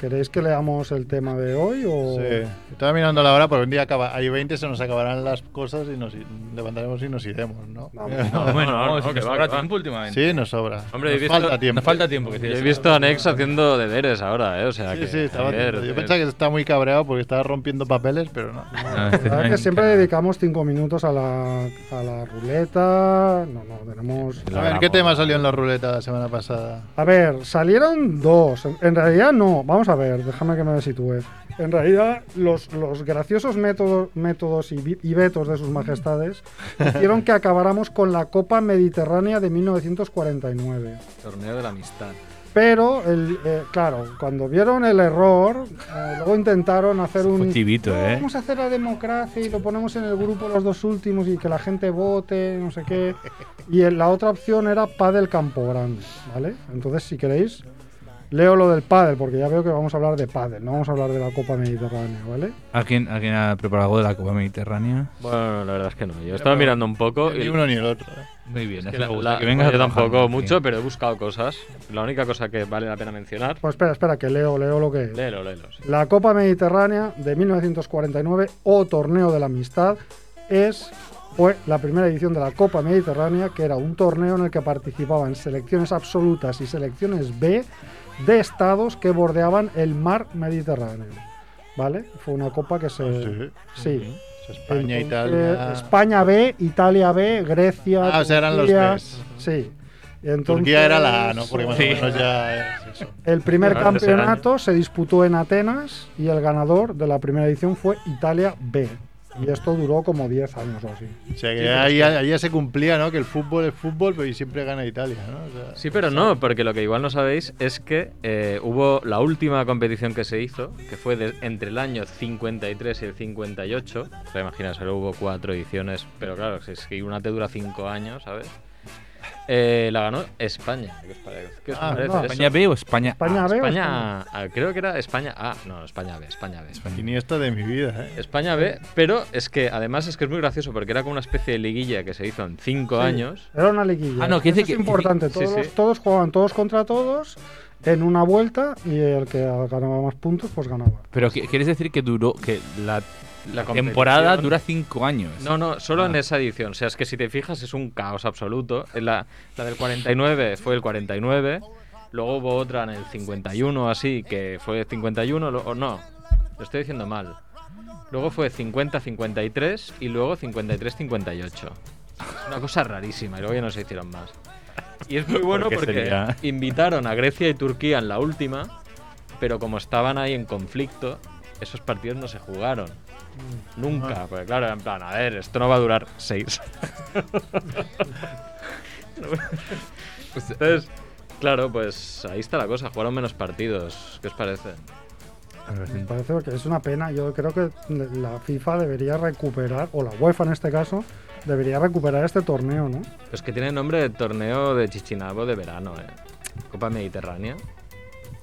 ¿Queréis que leamos el tema de hoy? O...
Sí. Estaba mirando la hora porque un día acaba, hay 20, se nos acabarán las cosas y nos i- levantaremos y nos iremos, ¿no?
No,
No,
no, no,
si
que
nos
va,
sobra
que va.
tiempo últimamente.
Sí, nos sobra.
Hombre, he
nos
visto-
falta tiempo.
Nos falta tiempo. Que
Yo
tienes-
he visto a Nex haciendo deberes ahora, ¿eh? O sea,
Sí,
que,
sí, estaba
joder,
atento. Yo
eh,
pensaba que estaba muy cabreado porque estaba rompiendo papeles, pero no.
Ah,
La
este
verdad que
man-
siempre dedicamos cinco minutos a la, a la ruleta. No, no, tenemos.
lo
A ver, ¿qué
grabo.
tema salió en la ruleta la semana pasada?
A ver, salieron dos. En- En realidad no. Vamos a ver, déjame que me sitúe. En realidad, los, los graciosos método- métodos y, vi- y vetos de sus majestades hicieron que acabáramos con la Copa Mediterránea de 1949.
Torneo de la amistad.
Pero, el, eh, claro, cuando vieron el error, eh, luego intentaron hacer
Fue
un...
chivito,
"No,
¿eh?
Vamos a hacer la democracia y lo ponemos en el grupo los dos últimos y que la gente vote, no sé qué. Y el- la otra opción era Padel Campogrande, ¿vale? Entonces, si queréis, leo lo del Padel, porque ya veo que vamos a hablar de Padel, no vamos a hablar de la Copa Mediterránea, ¿vale?
¿A quién, a quién ha preparado algo de la Copa Mediterránea?
Bueno, no, la verdad es que no. Yo estaba
pero-
mirando un poco
Ni
y
uno ni el otro. ¿eh?
Muy bien,
Que
así me
la-
gusta,
la-
que vengas
yo
a trabajar
tampoco
conmigo.
mucho, pero he buscado cosas. La única cosa que vale la pena mencionar.
Pues espera, espera, que leo, leo lo que es.
Léelo, léelo. sí.
La Copa Mediterránea de 1949 o Torneo de la Amistad es fue la primera edición de la Copa Mediterránea, que era un torneo en el que participaban selecciones absolutas y selecciones B de estados que bordeaban el mar Mediterráneo. ¿Vale? Fue una copa que se
Ah,
sí.
Es España,
Entonces,
Italia.
España B, Italia B, Grecia,
Ah, o sea, eran los
Turquía,
Bs.
Sí. Y
Turquía era la A, ¿no?
entonces,
Porque más
Sí.
o menos ya es eso.
el primer
Durante ese
campeonato se disputó en Atenas y el ganador de la primera edición fue Italia B. Y esto duró como 10 años o así.
O sea, que ahí, ahí ya se cumplía, ¿no? Que el fútbol es fútbol, pero y siempre gana Italia, ¿no? O sea,
Sí, pero no, porque lo que igual no sabéis es que eh, hubo la última competición que se hizo, que fue de- entre el año 53 y el 58. Te imaginas, solo hubo cuatro ediciones, pero claro, si es que una te dura cinco años, ¿sabes? Eh, la ganó España. ¿Qué os parece? ¿Qué os
Ah,
parece
no,
eso?
¿España B o España A?
España B. o
España, ah, creo que era España A. No, España B, España B.
Iniesta de mi vida, ¿eh?
España B, pero es que además es que es muy gracioso porque era como una especie de liguilla que se hizo en cinco
Sí,
años.
Era una liguilla.
Ah, no, que
Eso
dice
es
que-
importante.
sí,
Todos,
sí.
todos jugaban todos contra todos en una vuelta y el que ganaba más puntos, pues ganaba.
Pero ¿qué- ¿quieres decir que duró, que la,
La
temporada
competición-
dura cinco años?
No, no, solo
Ah.
en esa edición. O sea, es que si te fijas es un caos absoluto. En La, la del 49 fue el 49, luego hubo otra en el 51 así, que fue 51, lo- o no, lo estoy diciendo mal. Luego fue 50-53 y luego 53-58. Es una cosa rarísima y luego ya no se hicieron más. Y es muy bueno
Porque
porque
sería-
invitaron a Grecia y Turquía en la última, pero como estaban ahí en conflicto, esos partidos no se jugaron. Nunca, porque claro, en plan, a ver, esto no va a durar seis. Entonces, claro, pues ahí está la cosa, jugaron menos partidos. ¿Qué os parece?
Me parece que es una pena. Yo creo que la FIFA debería recuperar, o la UEFA en este caso, debería recuperar este torneo, ¿no?
Es que tiene nombre de torneo de Chichinabo de verano, ¿eh? Copa Mediterránea.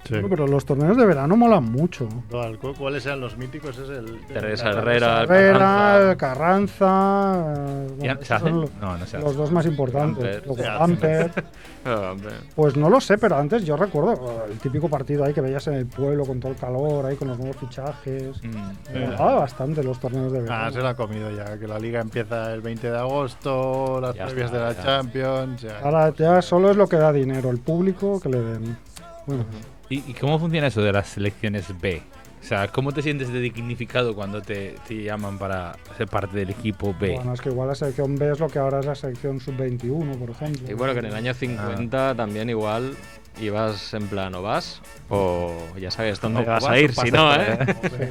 Sí.
Bueno, Pero los torneos de verano molan mucho.
Cual- cu- ¿Cuáles eran los míticos? Es el.
Teresa
el-
Herrera,
Herrera,
Alcázar.
Carranza. eh,
Ya,
bueno,
¿Se
esos
hace?
son lo-
No, no se hace.
los dos más importantes.
Amper.
Luego
Se hace,
Amper.
Ah, hombre.
Pues no lo sé, pero antes yo recuerdo eh, el típico partido ahí que veías en el pueblo con todo el calor, ahí con los nuevos fichajes.
Mm.
Me molaba bastante los torneos de verano.
Ah, se la ha comido ya, que la liga empieza el 20 de agosto, las
Ya
previas
está,
de la
ya.
Champions. ya.
Ahora ya solo es lo que da dinero, el público que le den. Bueno,
¿Y, y cómo funciona eso de las selecciones B? O sea, ¿cómo te sientes de dignificado cuando te, te llaman para ser parte del equipo B?
bueno, es que igual la selección B es lo que ahora es la selección sub-21, por ejemplo.
Y bueno, que en el año 50 también igual ibas en plan, o vas, o ya sabes dónde
O
vas
vas
a
o
ir, si
pasas
no, Oh.
por
¿eh?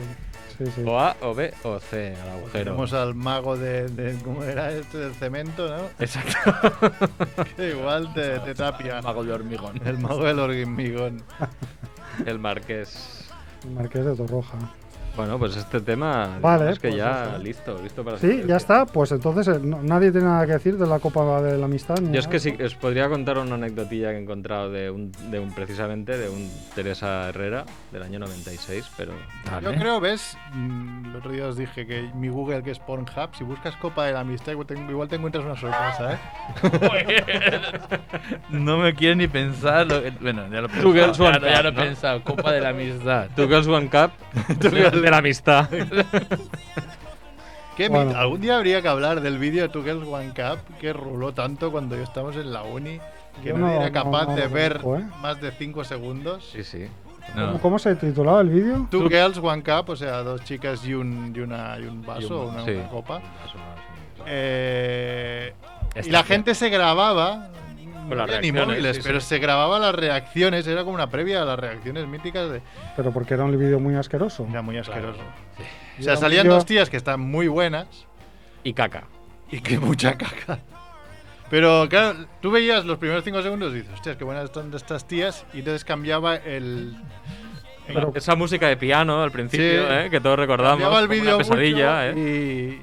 Sí, sí.
O A, o B, o C, al agujero.
Tenemos al mago de, de- ¿Cómo era esto? Del cemento, ¿no?
Exacto.
Que Igual te, te tapia.
Mago de hormigón.
El mago del hormigón.
El Marqués.
El Marqués de Torroja.
Bueno, pues este tema
Vale,
es que
pues ya
ya
está.
listo, listo para
Sí, ya está. Pues entonces eh, no- nadie tiene nada que decir de la Copa de la Amistad. ni
Yo es
nada.
que sí, os podría contar una anecdotilla que he encontrado de un, de un precisamente de un Teresa Herrera del año 96, pero
Yo creo, ¿ves? Mm, El otro día os dije que mi Google, que es Pornhub, si buscas Copa de la Amistad, igual te, igual te encuentras una sorpresa, ¿eh?
No me quiero ni pensar. Lo que- bueno, ya lo he
Two
pensado.
girls, one
Ya, ya lo he
cup, ¿no?
pensado. Copa de la amistad.
Two Girls One Cup de la amistad.
Qué
Bueno.
mit- Algún día habría que hablar del vídeo Two Girls One Cup que roló tanto cuando yo estábamos en la uni que
Yo
nadie
no-
era capaz
no- no
de
lo
ver
conozco, ¿eh?
más de 5 segundos.
Sí, sí.
¿Cómo,
No.
cómo se titulaba el vídeo?
Two Girls One Cup, o sea, dos chicas y un, y una, y un vaso,
Y un-
una,
sí.
una copa.
Más o menos, sí.
Eh, y
Está
la
bien.
gente se grababa.
Este Con
no
las
había ni
reacciones,
móviles,
sí, sí.
pero se grababa las reacciones, era como una previa a las reacciones míticas de.
Pero porque era un vídeo muy asqueroso.
Era muy asqueroso. O
Era
sea,
un
salían
vídeo-
dos tías que están muy buenas
Y caca.
y que mucha caca. Pero claro, tú veías los primeros cinco segundos y dices, hostias, qué buenas están estas tías, y entonces cambiaba el.
Pero-
Esa música de piano al principio,
Sí.
¿eh? que todos recordamos.
cambiaba el
como una
vídeo. mucho
pesadilla, ¿eh?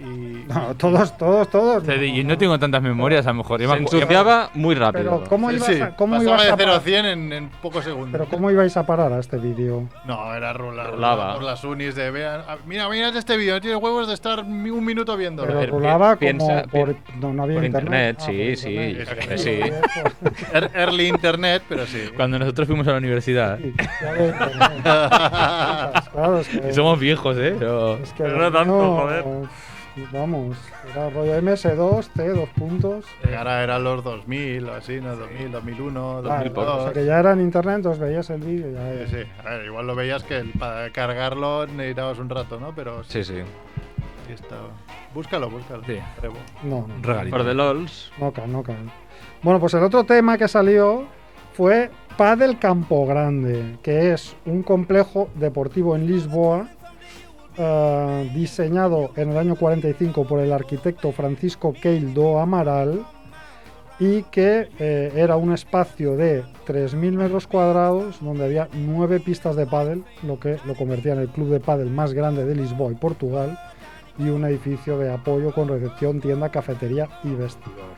y- y-
No, todos, todos, todos.
Te
no.
di- Yo no tengo tantas memorias, a lo mejor. Yo
Se
me acu-
ensuciaba muy rápido.
Pero ¿cómo
Sí,
ibas
sí,
a, cómo
pasaba
ibas a
de 0 a
parar?
100 en, en pocos segundos.
Pero ¿cómo ibais a parar a este vídeo?
No, era rolar.
Rolaba.
rolar Por las unis de vean. ah, Mira, mirad este vídeo, no tiene huevos de estar mi- un minuto viéndolo.
Pero
ver,
rolaba
pi-
como
piensa-
por... No, no había
por
internet. Ah,
internet, sí,
Ah,
sí,
yo
sí.
pues,
Er- Early internet, pero sí.
Cuando nosotros fuimos a la universidad.
sí. ya había internet. Claro, es que-
Y somos viejos, ¿eh? Pero-
es que
pero no tanto, joder.
Vamos, era rollo MS2, T, dos puntos.
Eh, Ahora eran los 2000 o así, ¿no? 2000, 2001,
Ah, o
2002.
sea, que ya era en internet, entonces veías el vídeo. Ya
Sí,
era.
sí. A ver, igual lo veías que el- para cargarlo necesitabas un rato, ¿no? Pero sí,
Sí, sí.
sí estaba. Búscalo, búscalo.
Sí.
Rebo.
No, no.
Regalito.
Por The LOLs.
No cae, no cae. Bueno, pues el otro tema que salió fue Padel Campo Grande, que es un complejo deportivo en Lisboa eh, diseñado en el año 45 por el arquitecto Francisco Queildo Amaral y que eh, era un espacio de 3.000 metros cuadrados donde había nueve pistas de pádel, lo que lo convertía en el club de pádel más grande de Lisboa y Portugal y un edificio de apoyo con recepción, tienda, cafetería y vestidor.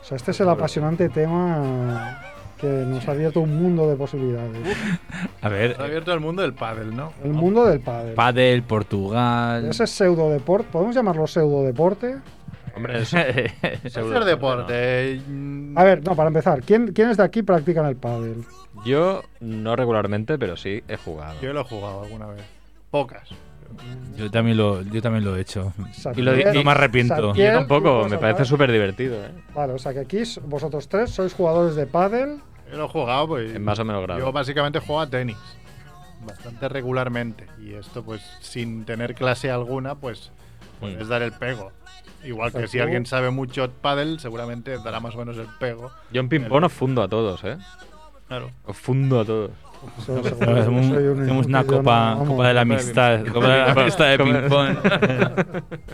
O sea, este es el apasionante tema que nos ha abierto un mundo de posibilidades.
A ver,
Está abierto el mundo del pádel, ¿no?
El mundo del pádel.
Padel, Portugal.
Ese pseudo deporte, ¿podemos llamarlo pseudo deporte?
Hombre, es
Hacer deporte. eh, mm,
A ver, no, para empezar, ¿quién, ¿quiénes de aquí practican el pádel?
Yo no regularmente, pero sí he jugado.
Yo lo he jugado alguna vez. Pocas.
Yo también lo, yo también lo he hecho.
Y lo di-
Satiel-
no
me arrepiento.
Satiel,
Yo tampoco,
tú,
me
Satiel.
parece súper divertido, ¿eh?
Vale, o sea que aquí s- vosotros tres sois jugadores de pádel.
Yo lo he jugado, pues.
En más o menos grado.
Yo básicamente juego a tenis. Bastante regularmente. Y esto, pues, sin tener clase alguna, pues,
Mm.
puedes dar el pego. Igual que
Pero
si
tú-
alguien sabe mucho pádel, seguramente dará más o menos el pego.
Yo en ping-pong os fundo a todos, ¿eh?
Claro.
Os fundo a todos.
Soy- soy-
Hacemos, un-
soy un
hacemos una
inútil, yo
copa,
no- vamos.
copa de la amistad, copa de la amistad de ping-pong.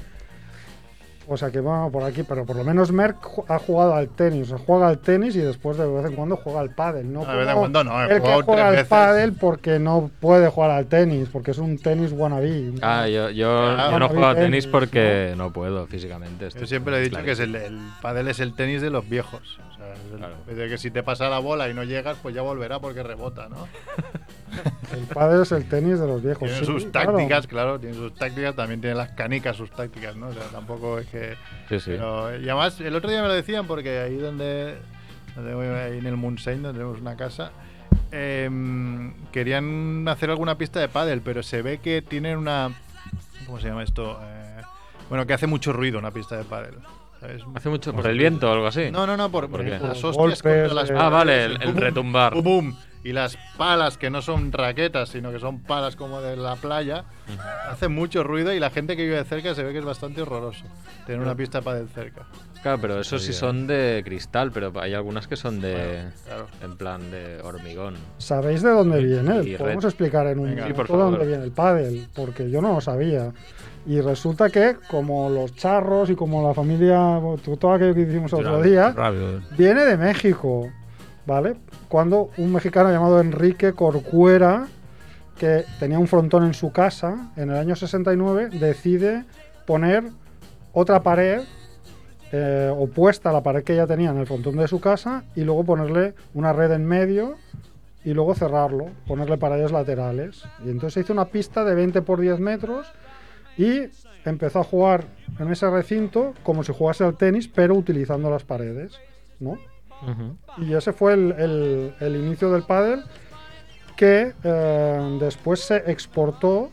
O sea que vamos por aquí, pero por lo menos Merck ju- ha jugado al tenis. O sea, juega al tenis y después de vez en cuando juega al pádel. No,
No, de vez en
como
cuando no, he
el que
jugado tres
juega al
veces.
pádel porque no puede jugar al tenis, porque es un tenis wannabe.
Ah, yo, yo, yo
Ah,
no
bueno,
juego a
bien,
tenis
sí.
porque no puedo físicamente. esto
Yo siempre he dicho
claro.
que es el, el pádel es el tenis de los viejos. O sea, es el-
Claro.
es de que si te pasa la bola y no llegas, pues ya volverá porque rebota, ¿no?
El pádel es el tenis de los viejos.
tienen
Pues sí,
sus
claro.
tácticas, claro. tienen sus tácticas, también tienen las canicas sus tácticas, ¿no? O sea, tampoco es que...
Sí, sí.
Pero, y además, el otro día me lo decían porque ahí donde, donde voy, ahí en el Moonshine, donde tenemos una casa, em, querían hacer alguna pista de pádel, pero se ve que tienen una... ¿Cómo se llama esto? Eh, bueno, que hace mucho ruido una pista de pádel. ¿sabes?
Hace mucho. Por el viento o algo así.
No, no, no, por,
¿Por qué?
las
Por
hostias contra
golpes,
las
eh.
Ah, vale,
paredes,
el,
el
el
bum,
retumbar.
bum, bum. Y las palas que no son raquetas, sino que son palas como de la playa,
Mm.
hace mucho ruido y la gente que vive de cerca se ve que es bastante horroroso tener una pista para del cerca.
Claro, pero esos sí son de cristal, pero hay algunas que son de.
Claro.
En plan de hormigón.
¿Sabéis de dónde
Y
viene?
red.
Podemos explicar en un
Venga. Sí, por
minuto de dónde
favor.
viene el pádel, porque yo no lo sabía. Y resulta que, como los charros y como la familia, todo aquello que hicimos otro día,
Rápido.
Viene de México, ¿vale? Cuando un mexicano llamado Enrique Corcuera, que tenía un frontón en su casa, en el año 69, decide poner otra pared eh, opuesta a la pared que ya tenía en el frontón de su casa y luego ponerle una red en medio y luego cerrarlo, ponerle paredes laterales. Y entonces hizo una pista de 20 por 10 metros y empezó a jugar en ese recinto como si jugase al tenis, pero utilizando las paredes, ¿no? Y ese fue el, el- el inicio del pádel que eh, después se exportó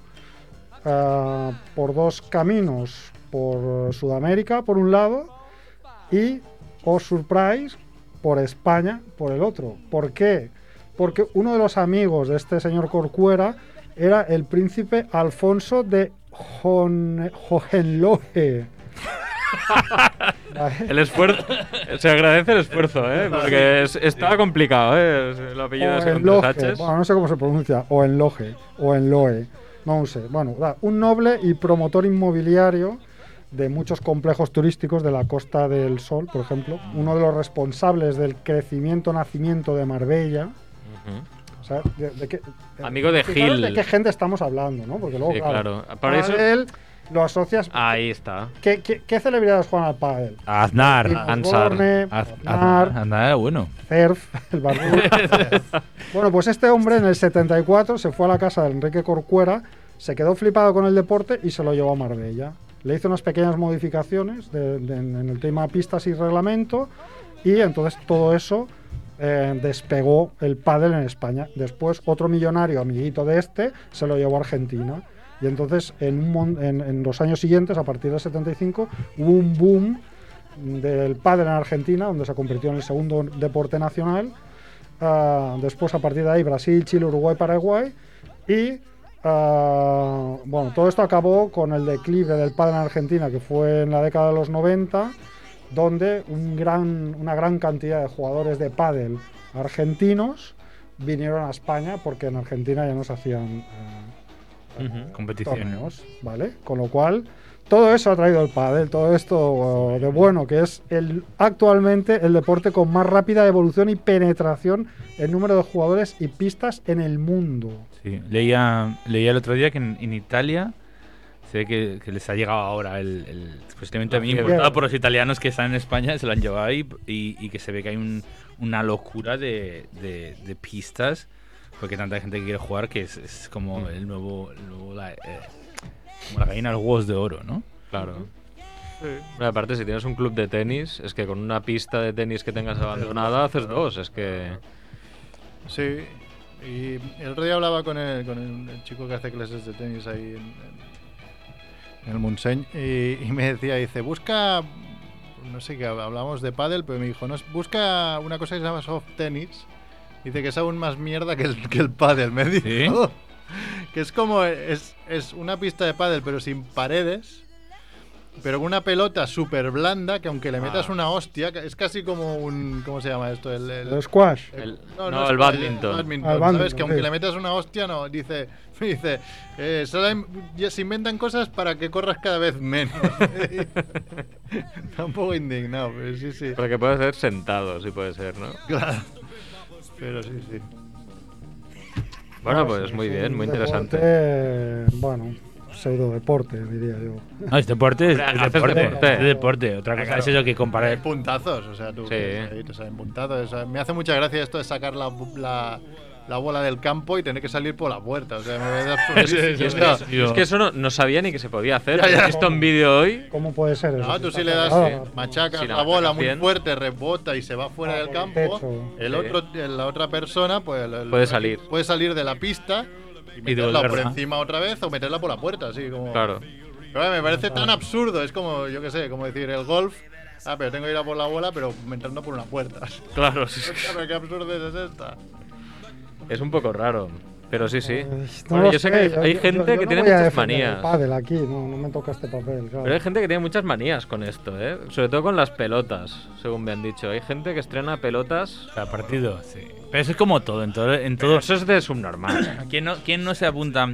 eh, por dos caminos, por Sudamérica por un lado y, oh surprise, por España por el otro. ¿Por qué? Porque uno de los amigos de este señor Corcuera era el príncipe Alfonso de Hon- Hohenlohe. ¿Vale?
El esfuerzo. se agradece el esfuerzo, ¿eh? Porque es- estaba complicado, ¿eh? Es- El apellido ese con tres
Hohenlohe,
H's.
bueno, no sé cómo se pronuncia, o en Loge, o en Loe, no sé. Bueno, da, un noble y promotor inmobiliario de muchos complejos turísticos de la Costa del Sol, por ejemplo, uno de los responsables del crecimiento, nacimiento de Marbella. O sea, de, de qué-
Amigo de
fijaros
Gil.
de qué gente estamos hablando, ¿no? Porque luego,
Sí,
claro,
claro. Para eso- Ah.
pádel lo asocias...
Ahí está.
¿Qué, qué, qué celebridades juegan al pádel?
Aznar.
Diego
Ansar.
Borne,
Az-
Aznar,
Aznar. Aznar era bueno.
Cerf, el barbudo. bueno, pues este hombre en el 74 se fue a la casa de Enrique Corcuera, se quedó flipado con el deporte y se lo llevó a Marbella. Le hizo unas pequeñas modificaciones de- de- en en el tema pistas y reglamento y entonces todo eso eh, despegó el pádel en España. Después otro millonario amiguito de este se lo llevó a Argentina. Y entonces en, un mon- en- en los años siguientes, a partir del 75, hubo un boom del pádel en Argentina, donde se convirtió en el segundo deporte nacional. Ah, después, a partir de ahí, Brasil, Chile, Uruguay, Paraguay. Y ah, bueno, todo esto acabó con el declive del pádel en Argentina, que fue en la década de los 90, donde un gran, una gran cantidad de jugadores de pádel argentinos vinieron a España porque en Argentina ya no se hacían eh, eh,
Competiciones.
torneos, ¿vale? Con lo cual, todo eso ha traído el pádel, todo esto eh, de bueno, que es el, actualmente el deporte con más rápida evolución y penetración en número de jugadores y pistas en el mundo.
Sí, leía, leía el otro día que en, en Italia se ve que, que les ha llegado ahora el, el posiblemente a
Ah,
mí
fiebre.
importado por los italianos que están en España, se lo han llevado ahí y, y que se ve que hay un- una locura de, de- de pistas porque tanta gente que quiere jugar que es, es
Mm.
como el nuevo, el nuevo la, eh, como la gallina de los huevos de oro, ¿no?
Claro. Bueno, aparte, si tienes un club de tenis, es que con una pista de tenis que tengas abandonada haces dos. Es que.
Sí. Y el otro día hablaba con el, con el- el chico que hace clases de tenis ahí en, en- en el Montseny y, y me decía, dice, busca, no sé qué, hablamos de pádel, pero me dijo, no, busca una cosa que se llama soft tennis. Dice que es aún más mierda que el, que el pádel, me dijo. Que es como, es, es una pista de pádel, pero sin paredes. pero con una pelota súper blanda que aunque le metas una hostia, que es casi como un... ¿Cómo se llama esto? El, el-
El squash.
El-
no,
no,
es
el
cual,
badminton.
Ah, el badminton,
¿sabes? Que aunque
sí.
le metas una hostia, no. Dice, dice eh, solo hay- ya se inventan cosas para que corras cada vez menos. Está un poco indignado, pero sí, sí.
Porque puede ser sentado, sí puede ser, ¿no?
Claro. Pero sí, sí.
Bueno, pues muy bien, muy interesante.
Deporte, bueno, pseudo deporte, diría yo.
No, es deporte, es,
Hombre,
es
haces
deporte,
deporte.
es deporte. Otra cosa es eso que
Hay
comparar.
puntazos, o sea, tú.
Sí.
que ahí te salen puntazos. o sea, me hace mucha gracia esto de sacar la, bu- la, la bola del campo y tener que salir por la puerta. O sea, me da
Eso es-
Y es,
No,
que, es que eso no, no sabía ni que se podía hacer.
Ya, ya.
He visto un vídeo hoy.
¿Cómo puede ser eso?
No, tú sí le das,
Ah,
sí.
machacas
Si la
la bola
atacas
muy
bien.
fuerte, rebota y se va fuera
Ah,
del
por el
campo.
techo.
El
Sí.
otro, el- la otra persona, pues, el- el-
Puede salir.
Puede salir de la pista y meterla
devolverla.
por encima otra vez o meterla por la puerta, así como.
Claro.
Pero eh, me parece tan absurdo. Es como, yo qué sé, como decir el golf. Ah, pero tengo que ir a por la bola, pero entrando por una puerta.
Claro,
O sea, pero qué absurdo es esta.
Es un poco raro. Pero sí, sí.
Ay, Eh, no
Bueno,
lo
yo sé que hay,
yo-
hay
yo-
gente
yo- yo
que
no
tiene
voy a
muchas
defender el
manías.
pádel aquí, no, no me toca este papel. claro.
Pero hay gente que tiene muchas manías con esto, ¿eh? Sobre todo con las pelotas, según me han dicho. Hay gente que estrena pelotas.
Cada partido, sí. Pero eso es como todo, en todo. En todo
Todo eso es de subnormal.
¿Quién no, quién no se apunta,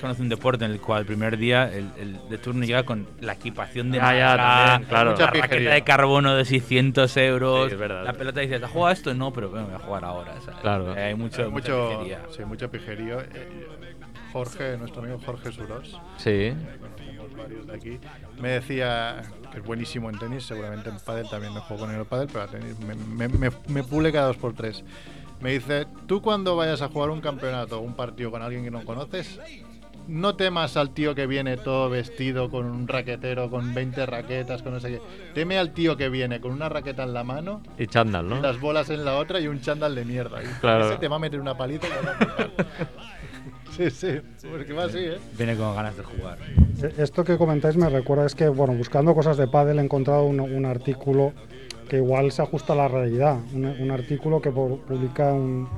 conoce un deporte en el cual el primer día el, el de turno llega con la equipación de
Ah, ya,
marca,
también, claro.
la
Mucha pijería.
raqueta de carbono de 600 euros,
Sí, es verdad.
la pelota dices, ¿has jugado a esto? No, pero bueno, voy a jugar ahora, ¿sabes?
Claro.
Eh, Hay mucho,
Hay
mucha
mucho,
pijería.
sí, mucho pijerío. Eh, Jorge, nuestro amigo Jorge Suros,
Sí.
conocemos varios de aquí, me decía que es buenísimo en tenis, seguramente en pádel también me juego con el pádel, pero a tenis me, me, me- me pule cada dos por tres. Me dice, tú cuando vayas a jugar un campeonato o un partido con alguien que no conoces, no temas al tío que viene todo vestido con un raquetero, con 20 raquetas, con no sé qué. Teme al tío que viene con una raqueta en la mano
Y chándal, ¿no?
las bolas en la otra y un chándal de mierda. Y
¿Ah? Claro.
Ese te va a meter una palita. y va a picar. sí, sí, porque va así, ¿eh?
Viene con ganas de jugar.
E-, Esto que comentáis me recuerda, es que, bueno, buscando cosas de pádel he encontrado un, un artículo que igual se ajusta a la realidad. Un, un artículo que por- publica un,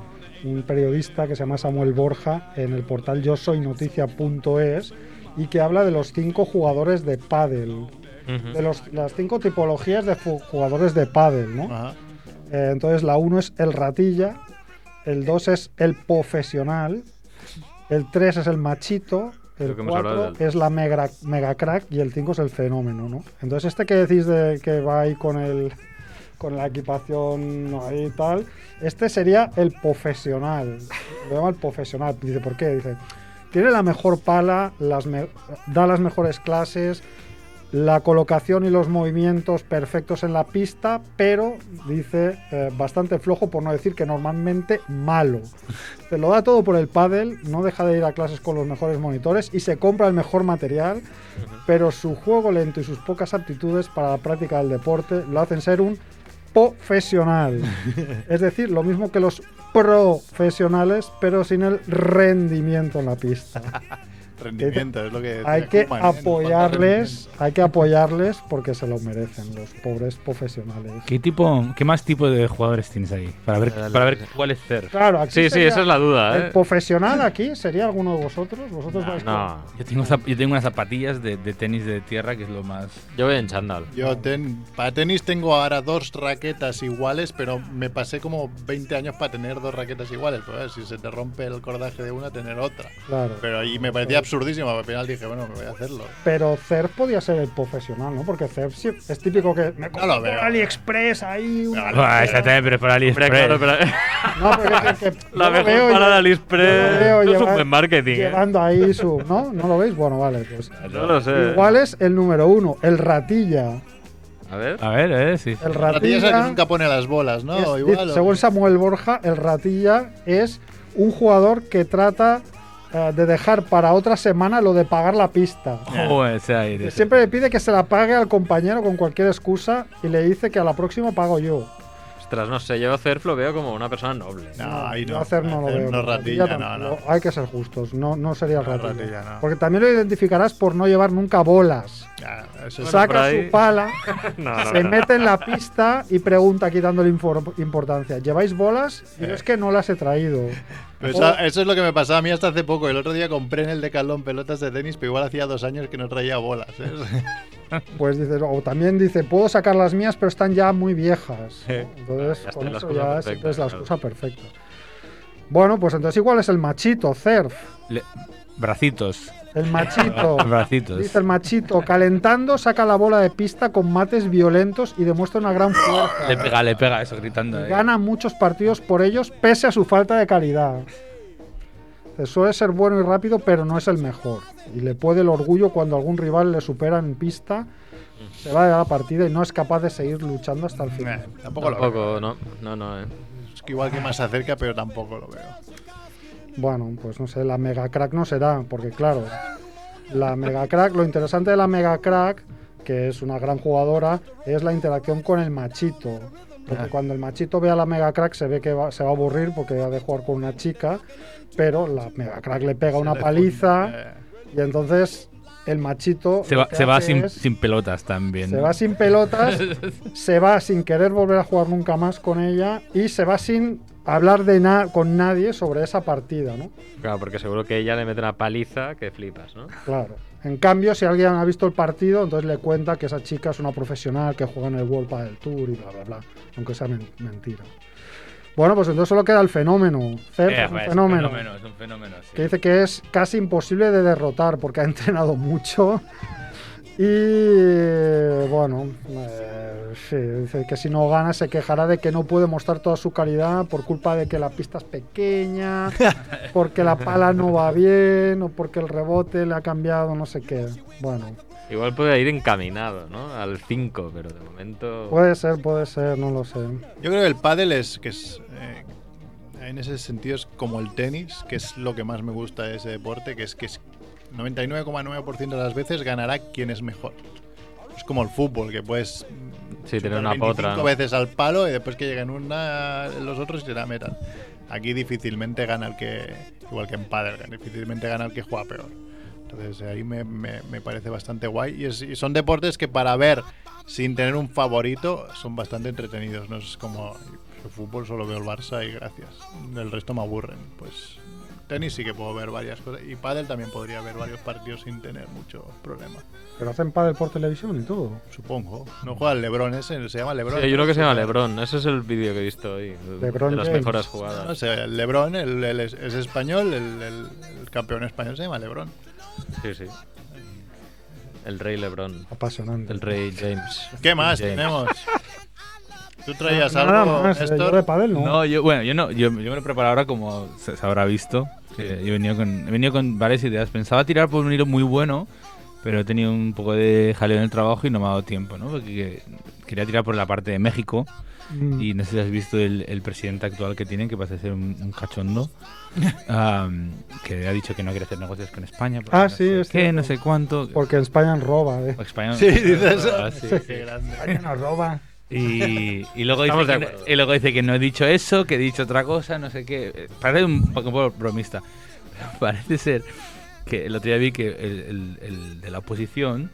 un periodista que se llama Samuel Borja en el portal yo soy noticia.es y que habla de los cinco jugadores de pádel.
Ujú.
De los- las cinco tipologías de fu- jugadores de pádel, ¿no?
Ajá.
Eh, entonces la 1 es el ratilla, el 2 es el profesional, el 3 es el machito, el
Creo que hemos hablado
4
del-
es la mega, mega crack y el 5 es el fenómeno, ¿no? Entonces este que decís de que va ahí con el con la equipación ahí y tal, este sería el profesional. Lo llama el profesional. Dice, ¿por qué? Dice, tiene la mejor pala, las me- da las mejores clases, la colocación y los movimientos perfectos en la pista, pero dice eh, bastante flojo, por no decir que normalmente malo. Se lo da todo por el pádel, no deja de ir a clases con los mejores monitores y se compra el mejor material, pero su juego lento y sus pocas aptitudes para la práctica del deporte lo hacen ser un profesional. es decir, lo mismo que los profesionales, pero sin el rendimiento en la pista
Rendimiento, es lo que. decía
hay que
Koeman, ¿eh? Nos falta
apoyarles, hay que apoyarles porque se lo merecen los pobres profesionales.
¿Qué, tipo, ¿Qué más tipo de jugadores tienes ahí? Para ver, para ver cuál es ser.
Claro, aquí
Sí, sí,
sería-
esa es la duda,
El
¿eh? Ah,
profesional aquí sería alguno de vosotros, vosotros vais con-
No,
Yo tengo, zap- yo tengo unas zapatillas de, de tenis de tierra que es lo más...
yo voy en chándal.
rendimiento. Yo ten- para tenis tengo ahora dos raquetas iguales, pero me pasé como 20 años para tener dos raquetas iguales. Pues, a ver, si se te rompe el cordaje de una, tener otra.
claro.
Pero ahí me parecía absurdísimo. Al final dije, bueno, me voy a hacerlo.
Pero CERF podía ser el profesional, ¿no? Porque CERF sí- es típico que me compro
lo
por
veo.
AliExpress ahí. una-
Ah, exactamente, pero para
Hombre,
AliExpress.
claro, pero-
No, pero que- que
la
yo lo
mejor
veo
para de
lle- yo lo veo
Aliexpress. Eso es un
llevar-
buen marketing, ¿eh?
Llevando ahí su. ¿No? ¿No lo veis? Bueno, vale, pues.
No lo sé.
Igual es el número uno, el ratilla.
A ver.
A ver, eh, sí.
El
La tía esa que
ratilla.
nunca pone las bolas, ¿no?
Es-
Igual.
dice,
o-
según Samuel Borja, el ratilla es un jugador que trata eh, de dejar para otra semana lo de pagar la pista.
Joder, o sea, y de-
Siempre le pide que se la pague al compañero con cualquier excusa y le dice que a la próxima pago yo.
Ostras, no sé, yo a Cerf lo veo como una persona noble.
No, ahí no.
Yo hacer no lo
hacer
veo.
No,
Ratilla
ratilla, no, no.
tampoco. Hay que ser justos, no, no sería el
No,
ratilla.
ratilla, no.
Porque también lo identificarás por no llevar nunca bolas.
Ya, eso es-
por
Saca
ahí-
su pala,
No, no,
se
no.
mete en la pista y pregunta quitándole infor- importancia. ¿Lleváis bolas? Y yo es que no las he traído.
Pero eso, eso es lo que me pasaba a mí hasta hace poco. El otro día compré en el Decathlon pelotas de tenis, pero igual hacía dos años que no traía bolas. ¿eh?
Pues dice, o también dice, puedo sacar las mías, pero están ya muy viejas. ¿no?
Eh,
Entonces,
ya está
con
la
eso
excusa
ya es,
perfecta,
es la
claro.
excusa perfecta. Bueno, pues entonces igual es el machito, CERF.
Le- bracitos.
El machito.
Bracitos.
Dice el machito, calentando, saca la bola de pista con mates violentos y demuestra una gran fuerza.
Le pega, le pega eso gritando. eh.
Gana muchos partidos por ellos, pese a su falta de calidad. Se suele ser bueno y rápido, pero no es el mejor. Y le puede el orgullo cuando algún rival le supera en pista, se va de la partida y no es capaz de seguir luchando hasta el final.
Eh, tampoco lo veo.
Tampoco, no. No, no, eh.
Es que igual que más se acerca, pero tampoco lo veo.
Bueno, pues no sé, la mega crack no será, porque claro, la mega crack, lo interesante de la mega crack, que es una gran jugadora, es la interacción con el machito. Porque cuando el machito ve a la mega crack se ve que va- se va a aburrir porque ha de jugar con una chica, pero la mega crack le pega una paliza
Eh,
y entonces el machito
Se
lo
va,
que
se va
hace
sin,
es-
sin pelotas también.
se
¿no?
va sin pelotas, se va sin querer volver a jugar nunca más con ella y se va sin hablar de na- con nadie sobre esa partida, ¿no?
Claro, porque seguro que ella le mete una paliza que flipas, ¿no?
Claro. En cambio, si alguien ha visto el partido, entonces le cuenta que esa chica es una profesional que juega en el World del Tour y bla, bla, bla. Aunque sea men- mentira. Bueno, pues entonces solo queda el fenómeno. Cerf
Eh,
es un
es
fenómeno.
es un fenómeno, sí.
Que dice que es casi imposible de derrotar porque ha entrenado mucho. Y bueno, eh, sí, dice que si no gana se quejará de que no puede mostrar toda su calidad por culpa de que la pista es pequeña, porque la pala no va bien o porque el rebote le ha cambiado, no sé qué. Bueno,
Igual puede ir encaminado, ¿no? Al 5, pero de momento.
puede ser, puede ser, no lo sé.
Yo creo que el pádel es que es eh, en ese sentido es como el tenis, que es lo que más me gusta de ese deporte, que es que es 99,9% de las veces ganará quien es mejor. Es como el fútbol, que puedes mm,
Sí, tener
chutar
una potra.
25
¿no?
veces al palo y después que lleguen una los otros y se la metan. Aquí difícilmente gana el que igual que en pádel, difícilmente gana el que juega peor. Entonces eh, ahí me, me- me parece bastante guay y, es- y son deportes que para ver sin tener un favorito son bastante entretenidos. No es como el fútbol solo veo el Barça y gracias. El resto me aburren. Pues tenis sí que puedo ver varias cosas y pádel también podría ver varios partidos sin tener mucho problema.
Pero hacen pádel por televisión y todo.
Supongo. No juega el LeBron ese, se llama LeBron.
Sí, hay uno que se llama
Sí,
Lebron. Ese es el vídeo que he visto hoy. de-
LeBron
de las
James.
mejores
No, no
jugadas.
sé, el Lebron, el, el es, es español, el, el- el campeón español se llama Lebron.
Sí, sí. El rey Lebron.
Apasionante.
El rey James.
¿Qué más
James.
tenemos? ¿Tú traías
Nada
algo,
más, eh, yo
Néstor?
de pádel no.
No, yo, bueno, yo no, yo, yo me lo he preparado ahora como se, se habrá visto. Eh, yo he venido, con, he venido con varias ideas. Pensaba tirar por un hilo muy bueno, pero he tenido un poco de jaleo en el trabajo y no me ha dado tiempo, ¿no? Porque quería tirar por la parte de México
Mm.
y no sé si has visto el, el presidente actual que tienen, que parece ser un, un cachondo, am, que ha dicho que no quiere hacer negocios con España. porque
Ah,
no
sí,
sé
es
qué,
cierto.
no sé cuánto.
Porque en España roba, eh.
España-
Sí, dices.
Ah, sí, sí.
Qué grande.
España roba.
Y, y luego dice
Estamos de
que no,
acuerdo.
y luego dice que no he dicho eso, que he dicho otra cosa, no sé qué. Eh, Parece un poco bromista. Pero parece ser que el otro día vi que el, el- el de la oposición,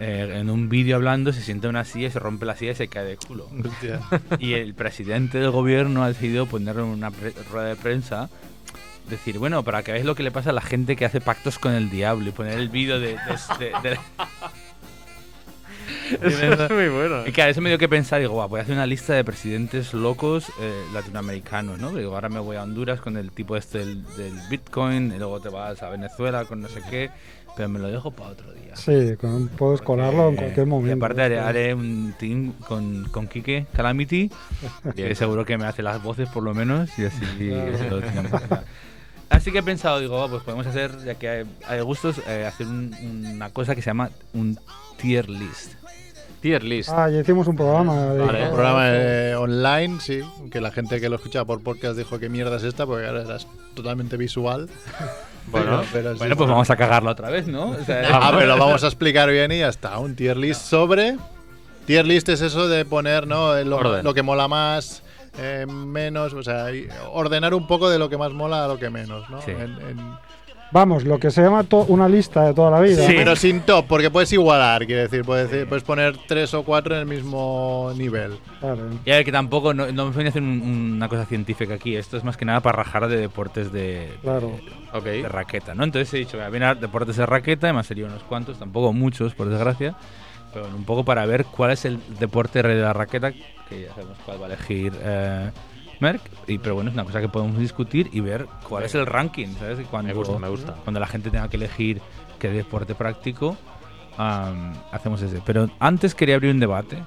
eh, en un vídeo hablando, se sienta en una silla, se rompe la silla y se cae de culo.
Hostia.
Y el presidente del gobierno ha decidido ponerlo en una pre- rueda de prensa. Decir, bueno, para que veáis lo que le pasa a la gente que hace pactos con el diablo y poner el vídeo de- de- de- de,
Eso es muy bueno.
Y claro, eso me dio que pensar, digo, guau, voy a hacer una lista de presidentes locos eh, latinoamericanos, ¿no? Digo, ahora me voy a Honduras con el tipo este del, del Bitcoin, y luego te vas a Venezuela con no sé qué, pero me lo dejo para otro día.
Sí, con- puedes colarlo en
Eh,
cualquier
Y
momento.
aparte haré, haré un team con, con Quique Calamity, que seguro que me hace las voces por lo menos, y así se lo tiene en cuenta. Así que he pensado, digo, ah, pues podemos hacer, ya que hay, hay gustos, eh, hacer un- una cosa que se llama un tier list.
Tier list.
Ah, ya hicimos un programa. De...
Vale.
Un programa eh, online, sí, que la gente que lo escuchaba por podcast dijo que mierda es esta, porque ahora es totalmente visual.
Bueno,
pero sí.
Bueno, pues vamos a cagarlo otra vez, ¿no? O sea,
Ah, pero lo vamos a explicar bien y ya está. Un tier list sobre. Tier list es eso de poner ¿no? Eh, lo,
Orden.
lo que mola más, eh, menos, o sea, y ordenar un poco de lo que más mola a lo que menos, ¿no?
Sí.
En- en-
Vamos, lo que se llama to- una lista de toda la vida.
Sí,
Sí.
pero sin top, porque puedes igualar, quiere decir, puedes, decir, puedes poner tres o cuatro en el mismo nivel.
Ah,
Claro.
Y a ver, que tampoco, no, no me voy a hacer un- un- una cosa científica aquí. Esto es más que nada para rajar de deportes de,
Claro.
Ok.
de raqueta, ¿no? Entonces he dicho, voy a mirar deportes de raqueta, me han salido unos cuantos, tampoco muchos, por desgracia, pero un poco para ver cuál es el deporte rey de la raqueta, que ya sabemos cuál va a elegir eh, Merck, y, pero bueno, es una cosa que podemos discutir y ver cuál es el ranking, ¿sabes? Y Cuando,
Me gusta, me gusta.
Cuando la gente tenga que elegir qué deporte práctico, am, hacemos ese. Pero antes quería abrir un debate,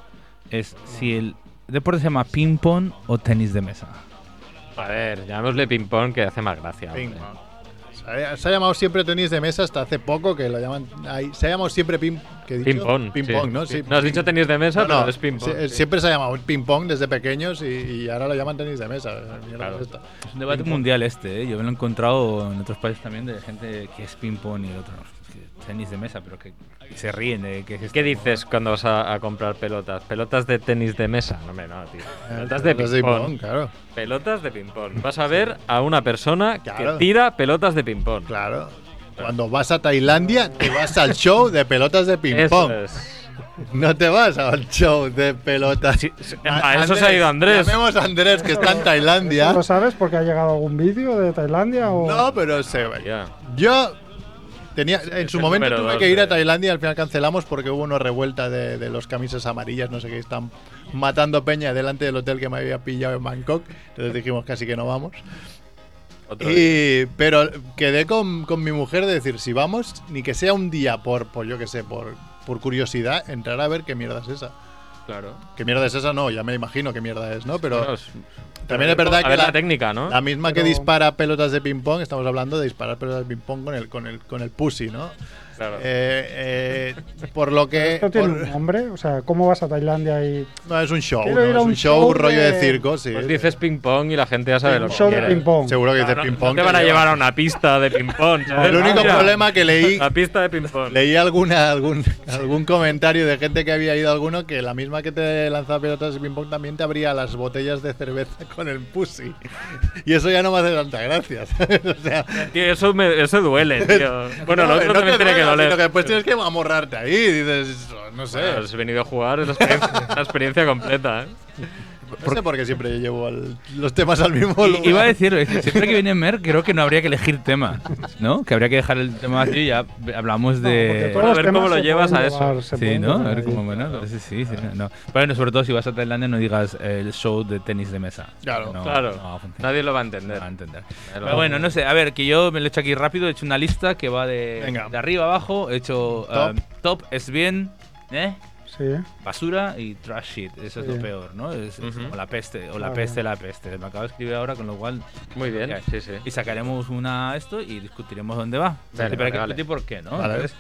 es si el deporte se llama ping-pong o tenis de mesa.
A ver, llamémosle ping-pong que hace más gracia. hombre.
Ping-pong. Se ha- Se ha llamado siempre tenis de mesa hasta hace poco que lo llaman. ahí- se ha llamado siempre ping. ¿qué he dicho?
Ping-pong.
Ping-pong,
sí.
¿no? Sí.
No has dicho tenis de mesa,
No, no,
pero es ping-pong.
sí, Siempre se ha llamado ping-pong desde pequeños y, y ahora lo llaman tenis de mesa. ¿eh? Mierda
Claro.
es esta.
Es un debate mundial este, ¿eh? yo me lo he encontrado en otros países también de gente que es ping-pong y el otro no, es que tenis de mesa, pero que se ríen de que es
¿Qué dices cuando vas a, a comprar pelotas? Pelotas de tenis de mesa. No, hombre, no, tío. Pelotas de
Eh, Pelotas de
ping-pong.
claro.
Pelotas de ping-pong. Vas a ver a una persona
Claro.
que tira pelotas de ping-pong.
Claro. Cuando vas a Tailandia, te vas al show de pelotas de
Eso
ping-pong.
es.
No te vas al show de pelotas.
Sí, sí, a eso se ha ido Andrés.
Llamemos a Andrés, que está en Tailandia.
¿Lo sabes porque ha llegado algún vídeo de Tailandia? O...
No, pero se va.
Ya.
Yo tenía, en
Es
su
el
momento
número
tuve
dos
que ir a
de-
Tailandia y al final cancelamos porque hubo una revuelta de, de los camisas amarillas, no sé qué, están matando peña delante del hotel que me había pillado en Bangkok. Entonces dijimos casi que no vamos.
Otro día.
Y, pero quedé con, con mi mujer de decir, si vamos, ni que sea un día por, por yo que sé, por, por curiosidad, entrar a ver qué mierda es esa.
Claro.
¿Qué mierda es esa? No, ya me imagino qué mierda es, ¿no? Pero
Bueno, es-
también es verdad
a
que
ver la,
la-
técnica, ¿no?
la misma
Pero-
que dispara pelotas de ping-pong, estamos hablando de disparar pelotas de ping-pong con el, con, el, con el pussy, ¿no?
Claro.
Eh, eh, por lo que.
¿Esto tiene
por-
un nombre? O sea, ¿cómo vas a Tailandia y
no, es un show,
Quiero
¿no?
ir a
es
un
un show,
show
rollo
de-
de circo, sí.
Pues dices ping-pong y la gente ya sabe lo
un
que
show de
quiere.
ping-pong?
Seguro que dices
No, no, no
ping-pong.
te
que
van a
lleva-
llevar a una pista de ping-pong. ¿sabes?
El único
Mira,
problema que leí.
Ah, La pista de ping-pong.
Leí alguna, algún, algún comentario de gente que había ido a alguno que la misma que te lanzaba pelotas de ping-pong también te abría las botellas de cerveza con el pussy. Y eso ya no me hace tanta gracia. ¿sabes? O sea,
Tío, eso, me, eso duele, tío. Bueno, lo
no,
otro
no
también
te
tiene que
duela,
doler.
sino que después tienes que amorrarte ahí. y Dices, no sé.
Bueno, has venido a jugar, es la experiencia, la experiencia completa. ¿eh?
No sé por qué siempre llevo al- los temas al mismo lugar.
I- Iba a decir, es que siempre que viene Merck creo que no habría que elegir tema, ¿no? Que habría que dejar el tema así y ya hablamos
Porque
de...
todos
Bueno, a
los
ver
temas
cómo lo
se
llevas
pueden
a eso.
llevar, se
Sí,
pueden
¿no? A
llevar
ver
ahí.
cómo bueno. Sí, sí, sí, no. Bueno, sobre todo si vas a Tailandia no digas eh, el show de tenis de mesa.
Claro.
No,
claro,
no va a funcionar.
nadie lo va a
No
entender.
va a entender.
Pero-
Pero bueno, no sé, a ver, que yo me lo he hecho aquí rápido, he hecho una lista que va de,
Venga.
de arriba abajo, he hecho
Top.
eh, top, es bien, ¿eh?
Sí.
basura y trash shit, eso es
Sí.
lo peor, ¿no? Es, es
Ujú.
como la peste, o
Claro.
la peste, la peste, me acabo de escribir ahora, con lo cual,
Muy bien, sí, sí.
y sacaremos una esto y discutiremos dónde va.
Vale,
y para
vale,
que
vale.
discutir por qué, ¿no?
Vale.
Entonces,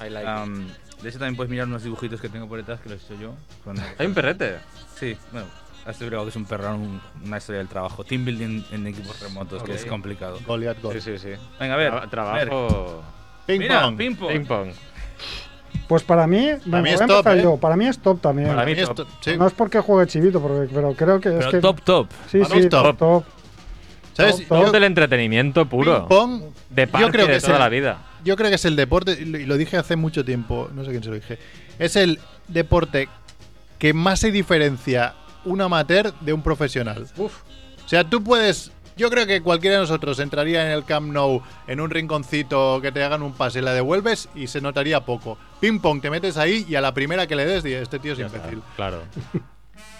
I like it.
am, de hecho también puedes mirar unos dibujitos que tengo por detrás que los he hecho yo. con-
Hay un perrete.
Sí, bueno, estoy creo que es un perro, un- una historia del trabajo. Team building en equipos remotos,
Ok.
que es complicado.
Goliath Gol.
Sí, sí, sí.
Venga, a ver.
Tra-
a ver.
trabajo.
Ping
Mira,
pong.
ping pong.
Ping-pong.
Pues para mí, venga,
mí es
voy a
top,
empezar
¿eh?
yo. Para mí es top también.
Para mí
Esto-
top.
sí.
No es porque juegue chivito, porque, pero creo que es
Pero
que.
top, top.
Sí,
Para mí
sí,
es top.
top. top.
¿Sabes?
top,
Todo
top.
Yo-
del entretenimiento puro.
ping pong,
De parque
yo creo que
de
es
toda
el,
la vida.
Yo creo que es el deporte, y lo- y lo dije hace mucho tiempo, no sé quién se lo dije. Es el deporte que más se diferencia un amateur de un profesional. O sea, tú puedes. Yo creo que cualquiera de nosotros entraría en el Camp Nou, en un rinconcito que te hagan un pase y la devuelves y se notaría poco. Ping pong, te metes ahí y a la primera que le des, dices, este tío es imbécil.
Claro.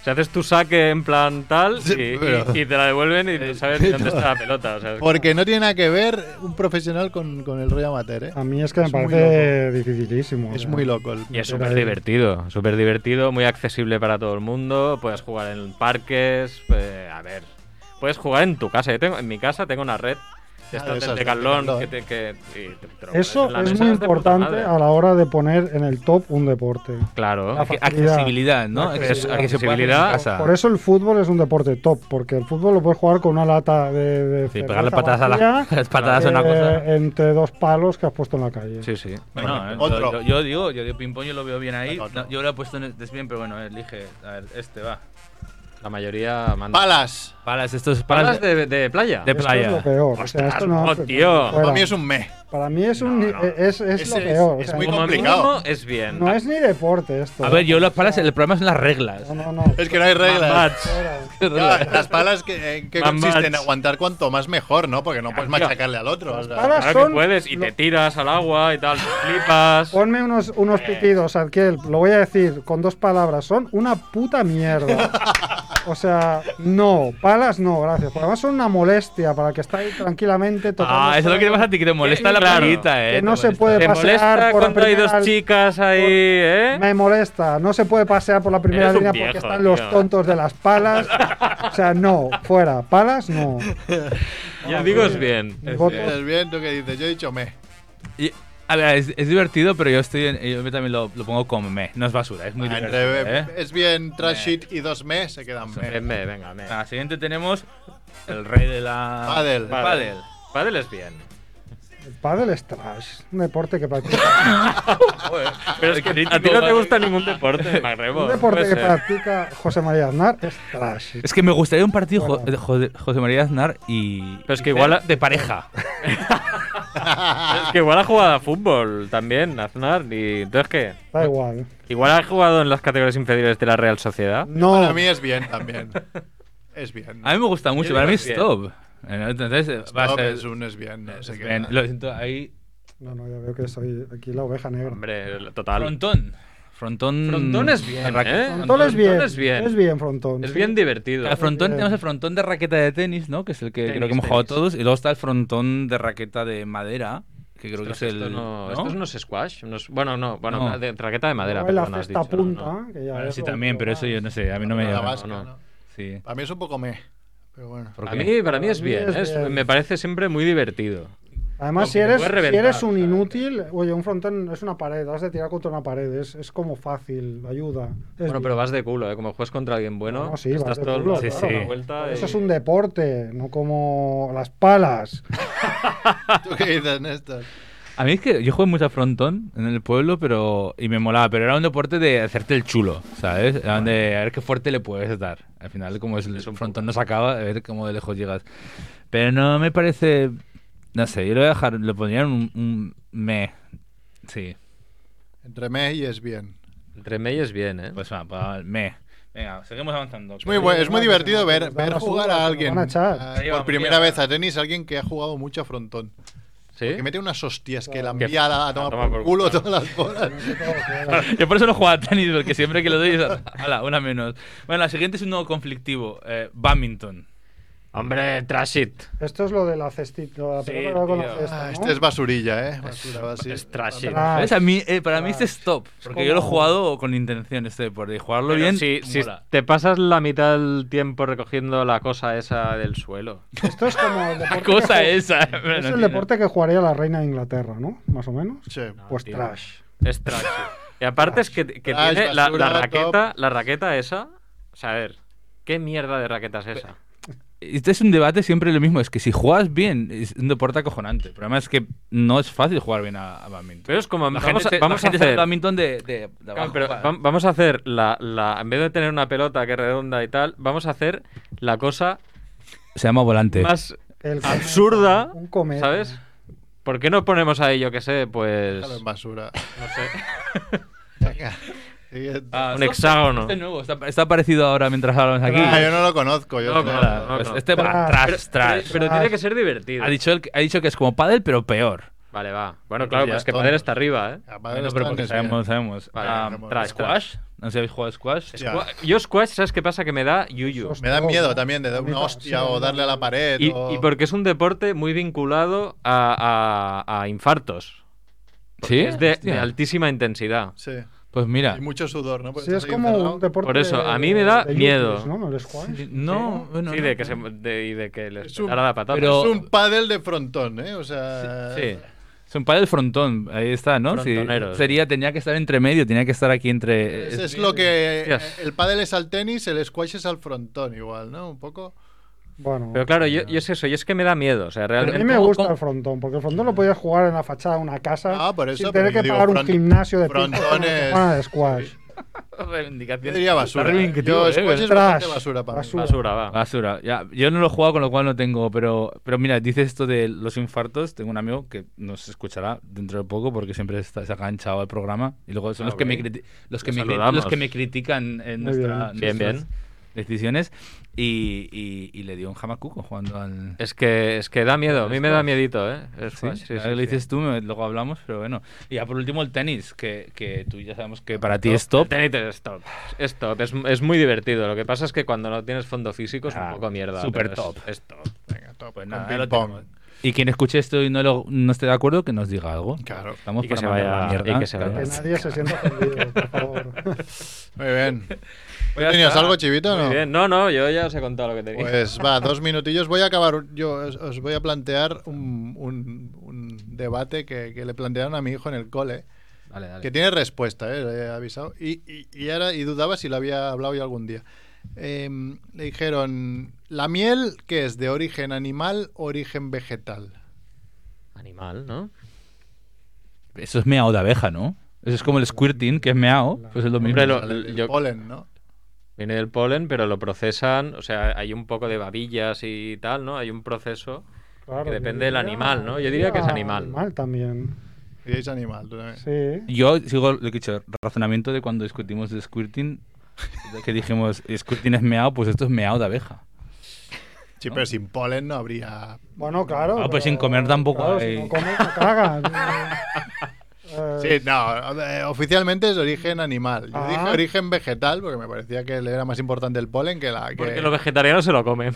Si haces tu saque en plan tal y,
Sí,
y-
pero-
y te la devuelven y no sabes ni dónde está la pelota. o sea, es
Porque no tiene nada que ver un profesional con, con el rollo amateur, ¿eh?
A mí es que me
Es muy
parece dificilísimo. o
Es
sea.
muy loco. el-
Y es súper divertido, súper divertido, muy accesible para todo el mundo. Puedes jugar en parques, eh, a ver, puedes jugar en tu casa. Yo tengo, en mi casa tengo una red de
Ah,
estas
de eh.
del
esas,
Decathlon
del
que
Decathlon.
te- que- y te- te lo
Eso
pones en la
es
mesa,
muy
de puta
importante
madre.
a la hora de poner en el top un deporte.
Claro,
La
Ac-
facilidad.
Accesibilidad, ¿no?
La
Acces-
accesibilidad.
Accesibilidad.
Por-
casa.
Por eso el fútbol es un deporte top, porque el fútbol lo puedes jugar con una lata de. de
Sí,
cerveza
pegarle patadas a la-
vacía,
las patadas a una
eh,
cosa.
Entre dos palos que has puesto en la calle.
sí, sí.
Bueno, eh,
Otro.
Yo, yo digo, yo digo ping-pong, yo lo veo bien ahí.
Venga, otro.
No, yo lo he puesto en el desvío, pero bueno, a ver, elige. A ver, este va.
La mayoría manda.
Palas.
Palas, estos
Palas
palas.
de, de playa.
de-
Esto
playa.
es lo peor. O sea,
Ostras,
esto no,
no,
no,
tío.
fuera.
Para mí es un me.
Para mí es, un,
No, no.
es, es
Es-
lo
es-
peor. o
es
sea,
muy
no-
Como
complicado.
mínimo es bien.
No es ni deporte esto. ¿eh?
A ver, yo las palas, el problema son las reglas.
No, no, no.
Es que no hay ¿eh? reglas.
Match.
Fuera.
Ya, las palas que, en qué
Mamach.
consisten en aguantar cuanto más mejor, ¿no? Porque no puedes
Hostia.
machacarle al otro. o sea.
palas-
Claro
Son
que puedes y
lo-
te tiras al agua y tal, te flipas.
Ponme unos, unos
Eh.
pitidos, Adquiel. Lo voy a decir con dos palabras. Son una puta mierda. O sea, no. Palas no, gracias. Porque además son una molestia para el que está ahí tranquilamente tocando.
Ah, eso es lo que te pasa a ti, que te molesta la
Claro.
playita, eh.
Que
te
no se
molesta.
puede
Te
pasear
molesta
por la
cuando hay
primera
dos
al-
chicas ahí,
por-
¿eh?
Me molesta, no se puede pasear por la primera
Eres un
línea
viejo,
porque están
tío.
los tontos de las palas. O sea, no, fuera, palas no.
Yo digo es bien.
Mi
es
voto-
bien.
¿Estás bien? ¿Tú qué dices? Yo he dicho me.
Y- a ver, es, es divertido, pero yo estoy en- yo también lo, lo pongo como me. No es basura, es muy
Ah,
divertido.
entre-
¿eh?
Es bien trash it y dos me se quedan
Eh,
me.
me, venga, me.
Ah, siguiente tenemos el rey de la.
Pádel.
del
Pádel.
Pádel.
Pádel es bien.
El pádel es trash, un deporte que practica.
Pero es que a ti no te gusta ningún deporte, Magrebo.
un
no
deporte
puede
que
ser.
practica José María Aznar es trash.
Es que me gustaría un partido jo-
Bueno.
de Jode- José María Aznar y.
Pero es que
y
igual a-
Fer de pareja.
Es que igual ha jugado a fútbol también, Aznar. ¿Y entonces qué?
Da igual.
Igual ha jugado en las categorías inferiores de la Real Sociedad.
No,
Para mí es bien también. Es bien.
A mí me gusta mucho,
Yo
para mí
digo
es
bien.
top. Entonces eh, va
No,
a ser.
es un es bien. No sé
es
qué.
bien. Lo siento, ahí.
no, no, ya veo que soy aquí la oveja negra.
Hombre, total.
Frontón. Frontón.
Frontón es bien,
raqueta-
¿eh?
Frontón es bien.
es bien.
Es bien, frontón.
Es
sí.
bien divertido.
El frontón,
bien.
tenemos el frontón de raqueta de tenis, ¿no? Que es el que
Tenis,
creo que hemos jugado
tenis.
todos. Y luego está el frontón de raqueta de madera, que creo
Ostras,
que es el.
esto no,
¿no?
Esto es unos squash. unos- bueno, no, bueno,
No.
de raqueta de madera.
Luego hay la
perdón, has
cesta
dicho,
punta,
no.
que ya
Bueno,
es
Ah, sí,
lo-
también,
lo
pero eso
más.
yo no sé, a mí no me
La
llama.
vasca,
no.
¿no?
Sí.
A mí es un poco me. Pero bueno.
¿Por
A
qué?
mí, para mí
Para
es
mí
bien,
es
es-
bien.
me parece siempre muy divertido.
Además,
Lo
si
que
eres,
puedes
si eres
reventar,
un
o sea,
inútil, oye, un frontón es una pared, has de tirar contra una pared, es, es como fácil, ayuda. Es
Bueno,
bien.
pero vas de culo, ¿eh? Como juegas contra alguien bueno,
No, sí, vas
estás
de
todo el
culo,
rato
claro.
dando
Sí.
vuelta
Eso
y-
es un deporte, no como las palas.
¿Tú qué dices, Néstor?
A mí es que yo jugué mucho a frontón en el pueblo, pero. Y me molaba, pero era un deporte de hacerte el chulo, ¿sabes? Era de a ver qué fuerte le puedes dar. Al final, como es el
Es un
frontón no se acaba, a ver cómo de lejos llegas. Pero no me parece. No sé, yo lo voy a dejar, lo pondría en un, un me. Sí,
Entre me y es bien.
Entre May es bien, ¿eh?
pues va, va, me. Venga, seguimos avanzando.
Es muy, bue- es muy divertido ver, ver jugar a alguien.
Van a echar.
ah,
Ahí
por
vamos,
primera
tío.
vez a tenis, alguien que ha jugado mucho a frontón.
¿Sí?
Que mete unas hostias que la
Que-
envía a, la- a
a
tomar
tomar
por
por
culo
culo.
todas las bolas.
Yo por eso no jugaba a tenis, porque siempre que lo doy es a- ala, una menos. Bueno, la siguiente es un nuevo conflictivo, eh, badminton.
Hombre, trash it.
Esto es lo de la cestita, lo de la
Sí,
pelota que va con la
tío.
cesta,
Ah,
¿no?
este es basurilla, ¿eh? Basura, basura.
Es trash it.
Ah,
¿Sabes? A mí, eh, para mí este es top, porque yo lo he
como-
jugado con intención este deporte, y jugarlo
Pero
bien
si, si
mola.
te pasas la mitad del tiempo recogiendo la cosa esa del suelo.
Esto es como el deporte,
La cosa
que, ju-
esa.
es
bueno,
el
tiene-
deporte que jugaría la reina de Inglaterra, ¿no? Más o menos.
Sí.
pues
Ah, tío.
trash.
Es trash. it. Y aparte es que, que
Trash,
tiene la,
basura,
la raqueta, la raqueta esa. O sea, a ver, ¿qué mierda de raqueta es esa?
Este es un debate siempre lo mismo, es que si juegas bien es un deporte acojonante. El problema es que no es fácil jugar bien a, a badminton.
Pero es como,
La
vamos,
gente, se-
a, vamos
la
a
gente sabe
hacer...
badminton de, de- de
Claro,
abajo,
pero
para-
vam- vamos a hacer la, la- En vez de tener una pelota que es redonda y tal, vamos a hacer la cosa
Se llama volante.
más
El cometa,
absurda,
Un cometa.
¿sabes? ¿Por qué no ponemos ahí, yo qué sé, pues...
Déjalo en basura.
No sé.
Venga. Siguiente.
Ah,
Un
esto-
hexágono.
Este nuevo, está, está aparecido ahora mientras hablamos aquí.
Ah, yo no lo conozco. Yo
No lo
sé.
conozco.
Nada, pues
no.
Este va
Tras.
tras,
Pero,
tras.
pero tiene que ser divertido.
ha, dicho el que- ha dicho que es como pádel, pero peor.
Vale, va.
Pues
Bueno, claro, pero es que
Todo.
Padel está arriba, ¿eh?
Ah, padre,
Bueno,
está
pero porque
en
sabemos, sabemos.
Vale,
Ah,
tenemos-
tras,
¿Squash? No sé si habéis jugado a squash.
Ya.
Squa- Yo squash, ¿sabes qué pasa? Que me da yuyu.
Me da miedo también de dar una hostia o darle a la pared.
Y,
o-
y porque es un deporte muy vinculado a, a- a infartos.
¿Sí?
Es de- de
Hostia.
altísima intensidad.
Sí.
Pues mira.
Y mucho sudor, ¿no? Pues Porque
Sí, es
estás ahí
como
encerrado.
un deporte.
Por eso, a mí me da
de
miedo.
yuppies, ¿no? El squash.
No, bueno.
Sí,
no.
de que, se, de, y de que les
Es un-
pegara la patata.
pero-
Es un pádel de frontón, ¿eh? O
Ah.
sea.
Sí.
Es un pádel frontón. Ahí está, ¿no? Sí.
Frontonero.
Sería, tenía que estar entre medio, tenía que estar aquí entre. eh,
Es, es lo que.
Hostias.
El pádel es al tenis, el squash es al frontón, igual, ¿no? Un poco.
Bueno.
Pero claro, yo, yo es eso, yo es que me da miedo. O sea,
a mí
realmente.
me
¿cómo-
gusta
cómo-
el frontón, porque el frontón lo podías jugar en la fachada de una casa
Ah, por eso,
sin
pero
tener
yo
que
digo,
pagar un
front-
gimnasio de
frontón
pistas como
es-
que fuera de squash.
Yo
reivindicación.
diría basura.
Está reivindicativo,
Yo, Squatch
¿eh?
es bastante
Trash.
basura para mí.
Basura.
Basura, va.
Basura. Ya, yo no lo he jugado, con lo cual no tengo, pero, pero mira, dice esto de los infartos. Tengo un amigo que nos escuchará dentro de poco porque siempre está, se ha enganchado al programa. Y luego son
Ah,
los, que me,
bien.
criti- los, que
Los
me, cri-
saludamos.
los que me critican en
Muy
nuestra,
bien. Bien,
nuestras decisiones. Y, y- y le dio un jamacuco jugando al.
Es que, es que da miedo, a mí me da miedito, ¿eh? Es
Sí,
Squash, sí,
ahora
sí,
lo
sí.
dices tú, me- luego hablamos, pero bueno. Y ya por último el tenis, que, que tú ya sabemos que para ti es
Stop.
top.
Ah, Tenis es top. Es top, es, es muy divertido. Lo que pasa es que cuando no tienes fondo físico es
Ah,
un poco mierda.
súper
pero es-
top.
Es top.
Venga, top.
Pues
Con
nada,
ping
ya lo
pong.
tenemos. Y quien escuche esto y no, lo- no esté de acuerdo, que nos diga algo.
Claro.
Estamos
Y que
para
se
mandar
vaya-
la mierda,
y que se
claro.
Que nadie se sienta ofendido, por favor.
Muy bien.
Pues ya
¿Tenías
está.
algo, Chivito, o
Muy
no?
bien. No, no, yo ya os he contado lo que tenía.
Pues va, dos minutillos. Voy a acabar. Yo os, os voy a plantear un, un- un debate que, que le plantearon a mi hijo en el cole,
Dale, dale.
que tiene respuesta, ¿eh? Le he avisado. Y, y, y ahora, y dudaba si lo había hablado yo algún día. Em, le dijeron: ¿la miel qué es? ¿De origen animal o origen vegetal?
Animal, ¿no?
Eso es meao de abeja, ¿no? Eso es como el squirting, que es meao. Pues es lo mismo.
Hombre, lo-
Sale del
yo-
polen, ¿no?
Viene del polen, pero lo procesan. O sea, hay un poco de babillas y tal, ¿no? Hay un proceso.
Claro,
Que
yo
depende del
diría-
animal, ¿no? Yo diría que es animal.
Animal también.
Diréis animal, tú también.
Sí.
Yo sigo lo que he dicho, razonamiento de cuando discutimos de squirting, de que dijimos, squirting es meao, pues esto es meao de abeja.
Sí, pero sin polen no habría.
Bueno, claro.
Ah, pues sin comer tampoco
claro,
hay-
Si no comes, no cagas. Eh,
Sí, no, eh, oficialmente es de origen animal. Yo
Ah.
dije origen vegetal porque me parecía que le era más importante el polen que la. que-
Porque los vegetarianos se lo comen.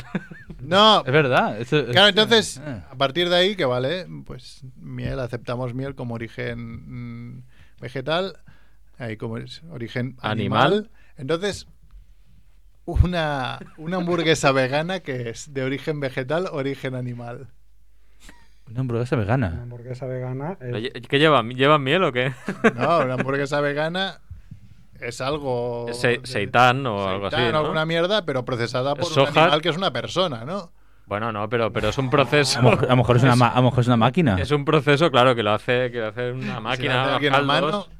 No,
Es verdad. eso-
claro, entonces,
Ah.
a partir de ahí, que vale, pues miel, aceptamos miel como origen mm, vegetal, ahí como es, origen animal.
Animal.
Entonces, una, una hamburguesa vegana que es de origen vegetal, origen animal.
Una hamburguesa
Una
vegana.
hamburguesa vegana. eh,
Pero lle- ¿Qué llevan? ¿Llevan miel o qué?
No, una hamburguesa vegana es algo.
Se-
de-
Oh, seitán o algo así,
seitán,
¿no?
alguna mierda, pero procesada por un
Soja.
animal que es una persona, ¿no?
Bueno, no, pero, pero es un
A
proceso.
lo, mejor- a lo mejor es una, ma- a lo mejor es una máquina.
Ah. Es un proceso, claro, que lo hace, que lo hace una
Si la hace
máquina.
alguien
unos
a mano,
caldos.
no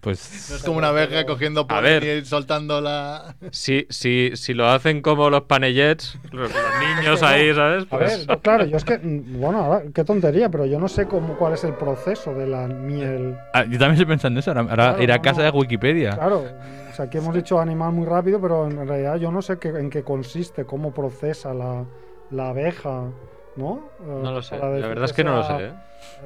Pues
es como una abeja cogiendo polen
ver.
y soltando la.
Si, si, si lo hacen como los panellets, los, los niños ahí, ¿sabes?
A
Pues
ver, yo- claro, yo es que, mm, bueno, ahora, qué tontería, pero yo no sé cómo, cuál es el proceso de la miel.
Ah, yo también estoy pensando eso. Ahora, ahora
Claro,
ir a
no,
casa
no.
de Wikipedia.
Claro, o sea, aquí hemos dicho animal muy rápido, pero en realidad yo no sé qué- en qué consiste, cómo procesa la, la abeja, ¿no? Eh,
no lo sé.
para
La
decir
verdad es que no lo
sea-
sé. ¿eh?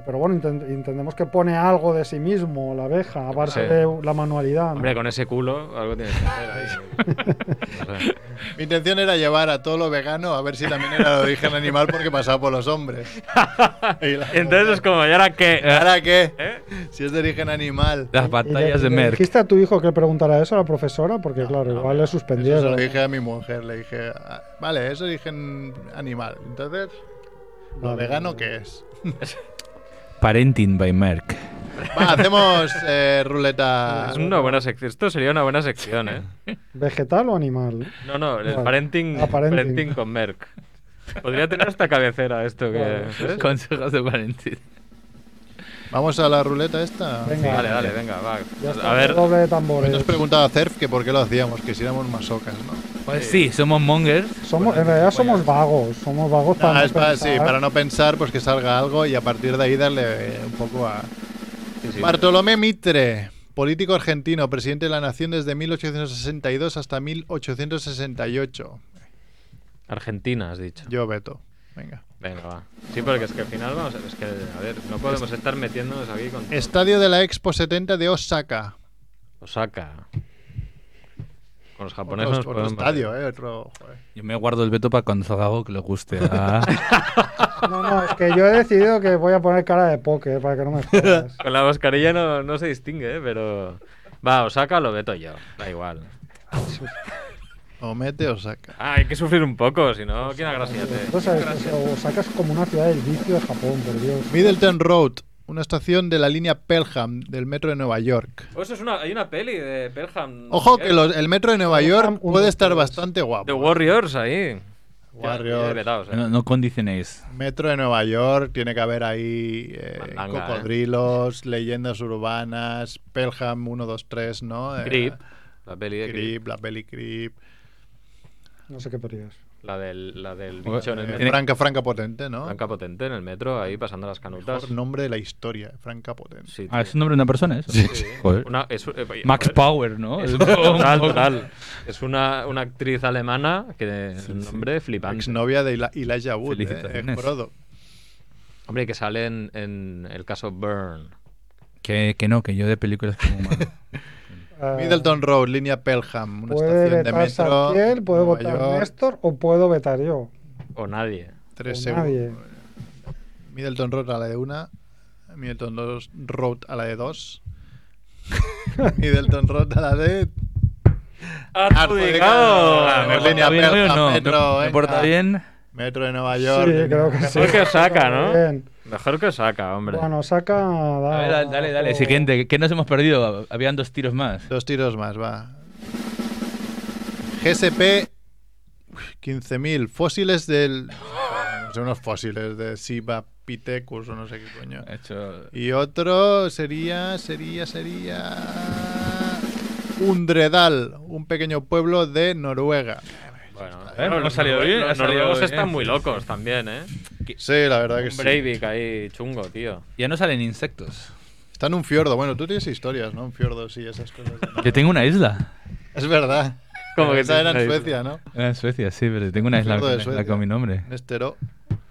Pero bueno, inten- entendemos que pone algo de sí mismo la abeja, a base
sé.
de la manualidad. ¿no?
Hombre, con ese culo algo tienes que hacer ahí. No sé.
Mi intención era llevar a todo lo vegano a ver si también era de origen animal porque pasaba por los hombres. Y la-
Entonces es como, ¿y ahora qué?
¿Ahora qué?
¿Eh?
Si es de origen animal.
Las
¿Y le-
batallas de
le
Merck.
¿Dijiste a tu hijo que le preguntara eso a la profesora? Porque claro, igual le
Eso se
suspendieron.
lo dije a mi mujer, le dije, "Ah, vale, es de origen animal. Entonces, ¿lo
Vale,
vegano
vale.
qué es?
Parenting by Merck.
Va, hacemos eh, ruleta.
Es una buena sección. Esto sería una buena sección, ¿eh?
¿Vegetal o animal?
No, no, el
Vale.
parenting,
Ah, parenting.
parenting con Merck. Podría tener esta cabecera esto que.
Vale, sí,
¿ves?
Consejos de parenting.
Vamos a la ruleta esta.
Venga,
Dale, dale, venga, va.
ya está,
A ver,
doble eh. de tambores.
Nos preguntaba Cerf que por qué lo hacíamos, que si éramos masocas, ¿no?
Pues sí, somos mongers.
Somos, en realidad somos vagos, somos vagos para,
Ah,
no
es para, sí,
pensar.
para no pensar pues que salga algo y a partir de ahí darle eh, un poco a...
sí, sí.
Bartolomé Mitre, político argentino, presidente de la nación desde 1862 hasta 1868.
Argentina, has dicho.
Yo veto. Venga.
Venga, va. Sí, porque es que al final vamos a, es que, a ver, no podemos estar metiéndonos aquí con
Estadio de la Expo 70 de Osaka.
Osaka. Con los
Otro,
japoneses nos
otro
podemos
estadio, ¿eh? Otro, joder.
Yo me guardo el veto para cuando salga algo que le guste. a-
No, no, es que yo he decidido que voy a poner cara de póker para que no me jodas.
Con la mascarilla no, no se distingue, ¿eh? pero va, Osaka lo veto yo, da igual.
O mete Osaka.
Ah, hay que sufrir un poco, si no, ¿quién agraciate?
No sabes, o sea, Osaka es como una ciudad del vicio de Japón, por Dios.
Middleton Road, una estación de la línea Pelham del metro de Nueva York.
Oh, eso es una, hay una peli de Pelham.
Ojo que los- el metro de Nueva
Pelham,
York
uno,
puede estar
dos.
bastante guapo.
The Warriors ahí.
Warriors.
Ya, ya vetados, ¿eh?
no, no condicionéis.
Metro de Nueva York, tiene que haber ahí eh,
Mandanga,
cocodrilos, leyendas urbanas, Pelham 123, ¿no? Eh,
Grip. La peli de Creep.
Creep, la peli Creep.
No sé qué peli es.
La del, la del
Eh,
bicho en el metro.
Franca, Franca Potente, ¿no?
Blanca potente en el metro, ahí pasando las canutas.
Mejor nombre de la historia, Franca Potente.
Sí,
Ah,
tío.
es un nombre de una persona, eso.
Sí.
Joder.
Una- es- eh, oye,
Max
joder.
Power, ¿no?
Es,
Un poco- un
total,
poco-
total. Es una, una actriz alemana que es
Sí,
un
sí.
nombre flipante.
Exnovia de Ila- Elijah Wood, eh,
Felicitaciones.
es Frodo.
Hombre, que sale en, en el caso Burn.
Que, que no, que yo de películas como malo.
Eh,
Middleton Road, línea Pelham, una
Puede
estación de
vetar
metro.
Sartiel, puede
Nueva
votar
York,
Néstor o puedo vetar yo.
O nadie.
tres
o
segundos.
nadie.
Middleton Road a la de una, Middleton Road- Road a la de dos, Middleton Road a la de
Ah,
Adjudicado.
Ah,
me
me
línea
porta bien
Pelham,
hoy o no?
metro,
¿Me- ¿Me
venga.
porta bien?
Metro de Nueva
Sí,
York.
creo que sí.
Ah, Mejor que saca, ¿no?
Bien.
Mejor que saca, hombre.
Bueno, saca.
A
da-
ver, dale, dale, dale. Siguiente, ¿qué nos hemos perdido? Habían dos tiros más.
Dos tiros más, va. GSP uy, 15.000 fósiles del. No sé, unos fósiles de Sibapithecus o no sé qué coño.
He hecho...
Y otro sería, sería, sería. Undredal, un pequeño pueblo de Noruega.
Bueno,
Eh, hemos
los
salido
norue-
bien, ha
Los
salido
noruegos
bien.
están muy locos también, ¿eh?
Sí, la verdad que
Un
sí.
Breivik ahí chungo, tío.
Ya no salen insectos.
Está en un fiordo. Bueno, tú tienes historias, ¿no? Un fiordo, sí, esas cosas.
Yo tengo una isla.
Es verdad.
Como que
Esa era en
tienes ahí-
Suecia, ¿no?
Era en Suecia, sí, pero tengo una
Me
isla
acuerdo de
la- la
Suecia.
con mi nombre.
Nestero.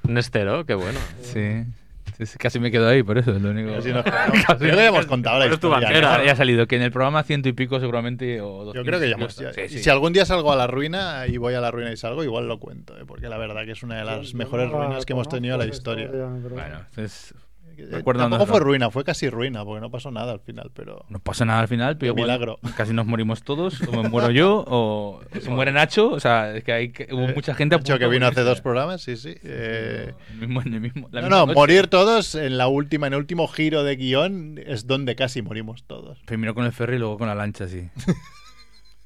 Nestero, qué bueno.
Sí. Sí, sí, Casi me quedo ahí, por eso es lo único.
Así nos quedamos. Yo creo que hemos contado la
Pero es tu
historia. ¿no?
bandera.
Ya, ya ha salido, que en el programa ciento y pico seguramente o
Yo
200,
creo que ya hemos.
está.
ya-
Sí,
y
sí.
Si algún día salgo a la ruina y voy a la ruina y salgo, igual lo cuento, ¿eh? porque la verdad que es una de las mejores ruinas que hemos tenido en la historia.
Bueno, entonces,
Eh,
Recuerdo
Tampoco
dónde
fue
no.
ruina, fue casi ruina, porque no pasó nada al final, pero.
no pasa nada al final, pero
Un
igual
milagro.
casi nos morimos todos, o me muero yo, o se muere Nacho, o sea, es que hay que- hubo
Eh,
mucha gente a
Nacho,
punto
que
de
vino hace
morirse.
dos programas, sí, sí. eh,
El mismo- en el mismo- la
no,
misma
no,
noche.
morir todos en la última, en el último giro de guión es donde casi morimos todos.
Primero con el ferry y luego con la lancha, sí.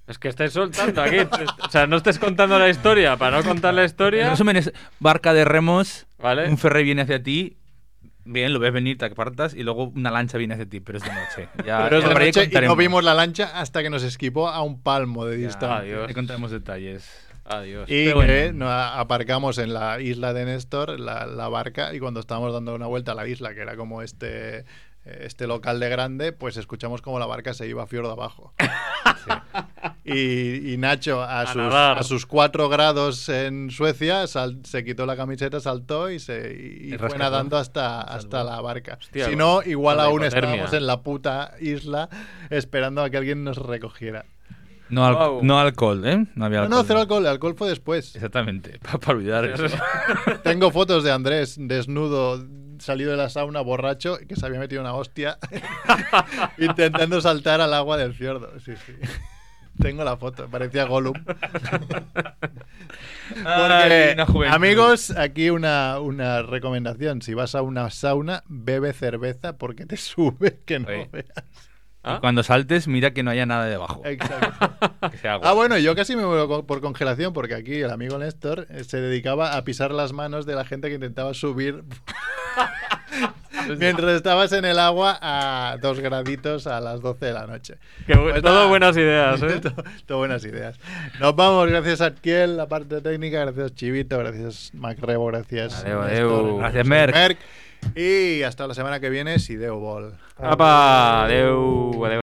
Es que estáis soltando aquí. O sea, no estés contando la historia para no contar la
En
historia.
resumen, es barca de remos,
Vale.
un ferry viene hacia ti, bien, lo ves venir, te apartas, y luego una lancha viene hacia ti, pero es de noche. Ya,
Pero es
ya
de
por ahí
noche y no
contaremos.
vimos la lancha hasta que nos esquivó a un palmo de
Ya,
distancia.
adiós.
Ahí contaremos detalles.
Adiós.
Y
Pero bueno.
que nos aparcamos en la isla de Néstor, la, la barca, y cuando estábamos dando una vuelta a la isla, que era como este, este local de grande, pues escuchamos como la barca se iba a fiordo abajo. Y, y Nacho, a,
A
sus,
nadar.
a sus cuatro grados en Suecia, sal- se quitó la camiseta, saltó y se y- y
Y
fue
rescató.
nadando hasta, hasta la barca.
Hostia,
si no, igual
con la
aún
hipotermia.
estábamos en la puta isla esperando a que alguien nos recogiera.
No, al-
Wow.
no alcohol, ¿eh? No había
No,
alcohol.
no, cero alcohol, el alcohol fue después.
Exactamente, para olvidar eso.
Tengo fotos de Andrés desnudo, salido de la sauna, borracho, que se había metido una hostia, intentando saltar al agua del fiordo. Sí, sí. Tengo la foto, parecía Gollum. Porque,
Ay, una juventud.
amigos, aquí una, una recomendación. Si vas a una sauna, bebe cerveza porque te sube, que no
Oye.
veas.
¿Ah?
Cuando saltes, mira que no haya nada debajo.
Exacto.
Que sea agua.
Ah, bueno, yo casi me muero co- por congelación porque aquí el amigo Néstor eh, se dedicaba a pisar las manos de la gente que intentaba subir mientras estabas en el agua a dos graditos a las 12 de la noche.
Qué bu-
Pues nada.
todo buenas ideas, ¿eh?
To- todo buenas ideas. Nos vamos, gracias a Arquiel, la parte técnica, gracias Chivito, gracias Macrebo, gracias.
Adeu,
Néstor,
adeu.
Gracias, Merck.
Y hasta la semana que viene, si deo bol.
Apa, adeu, adeu,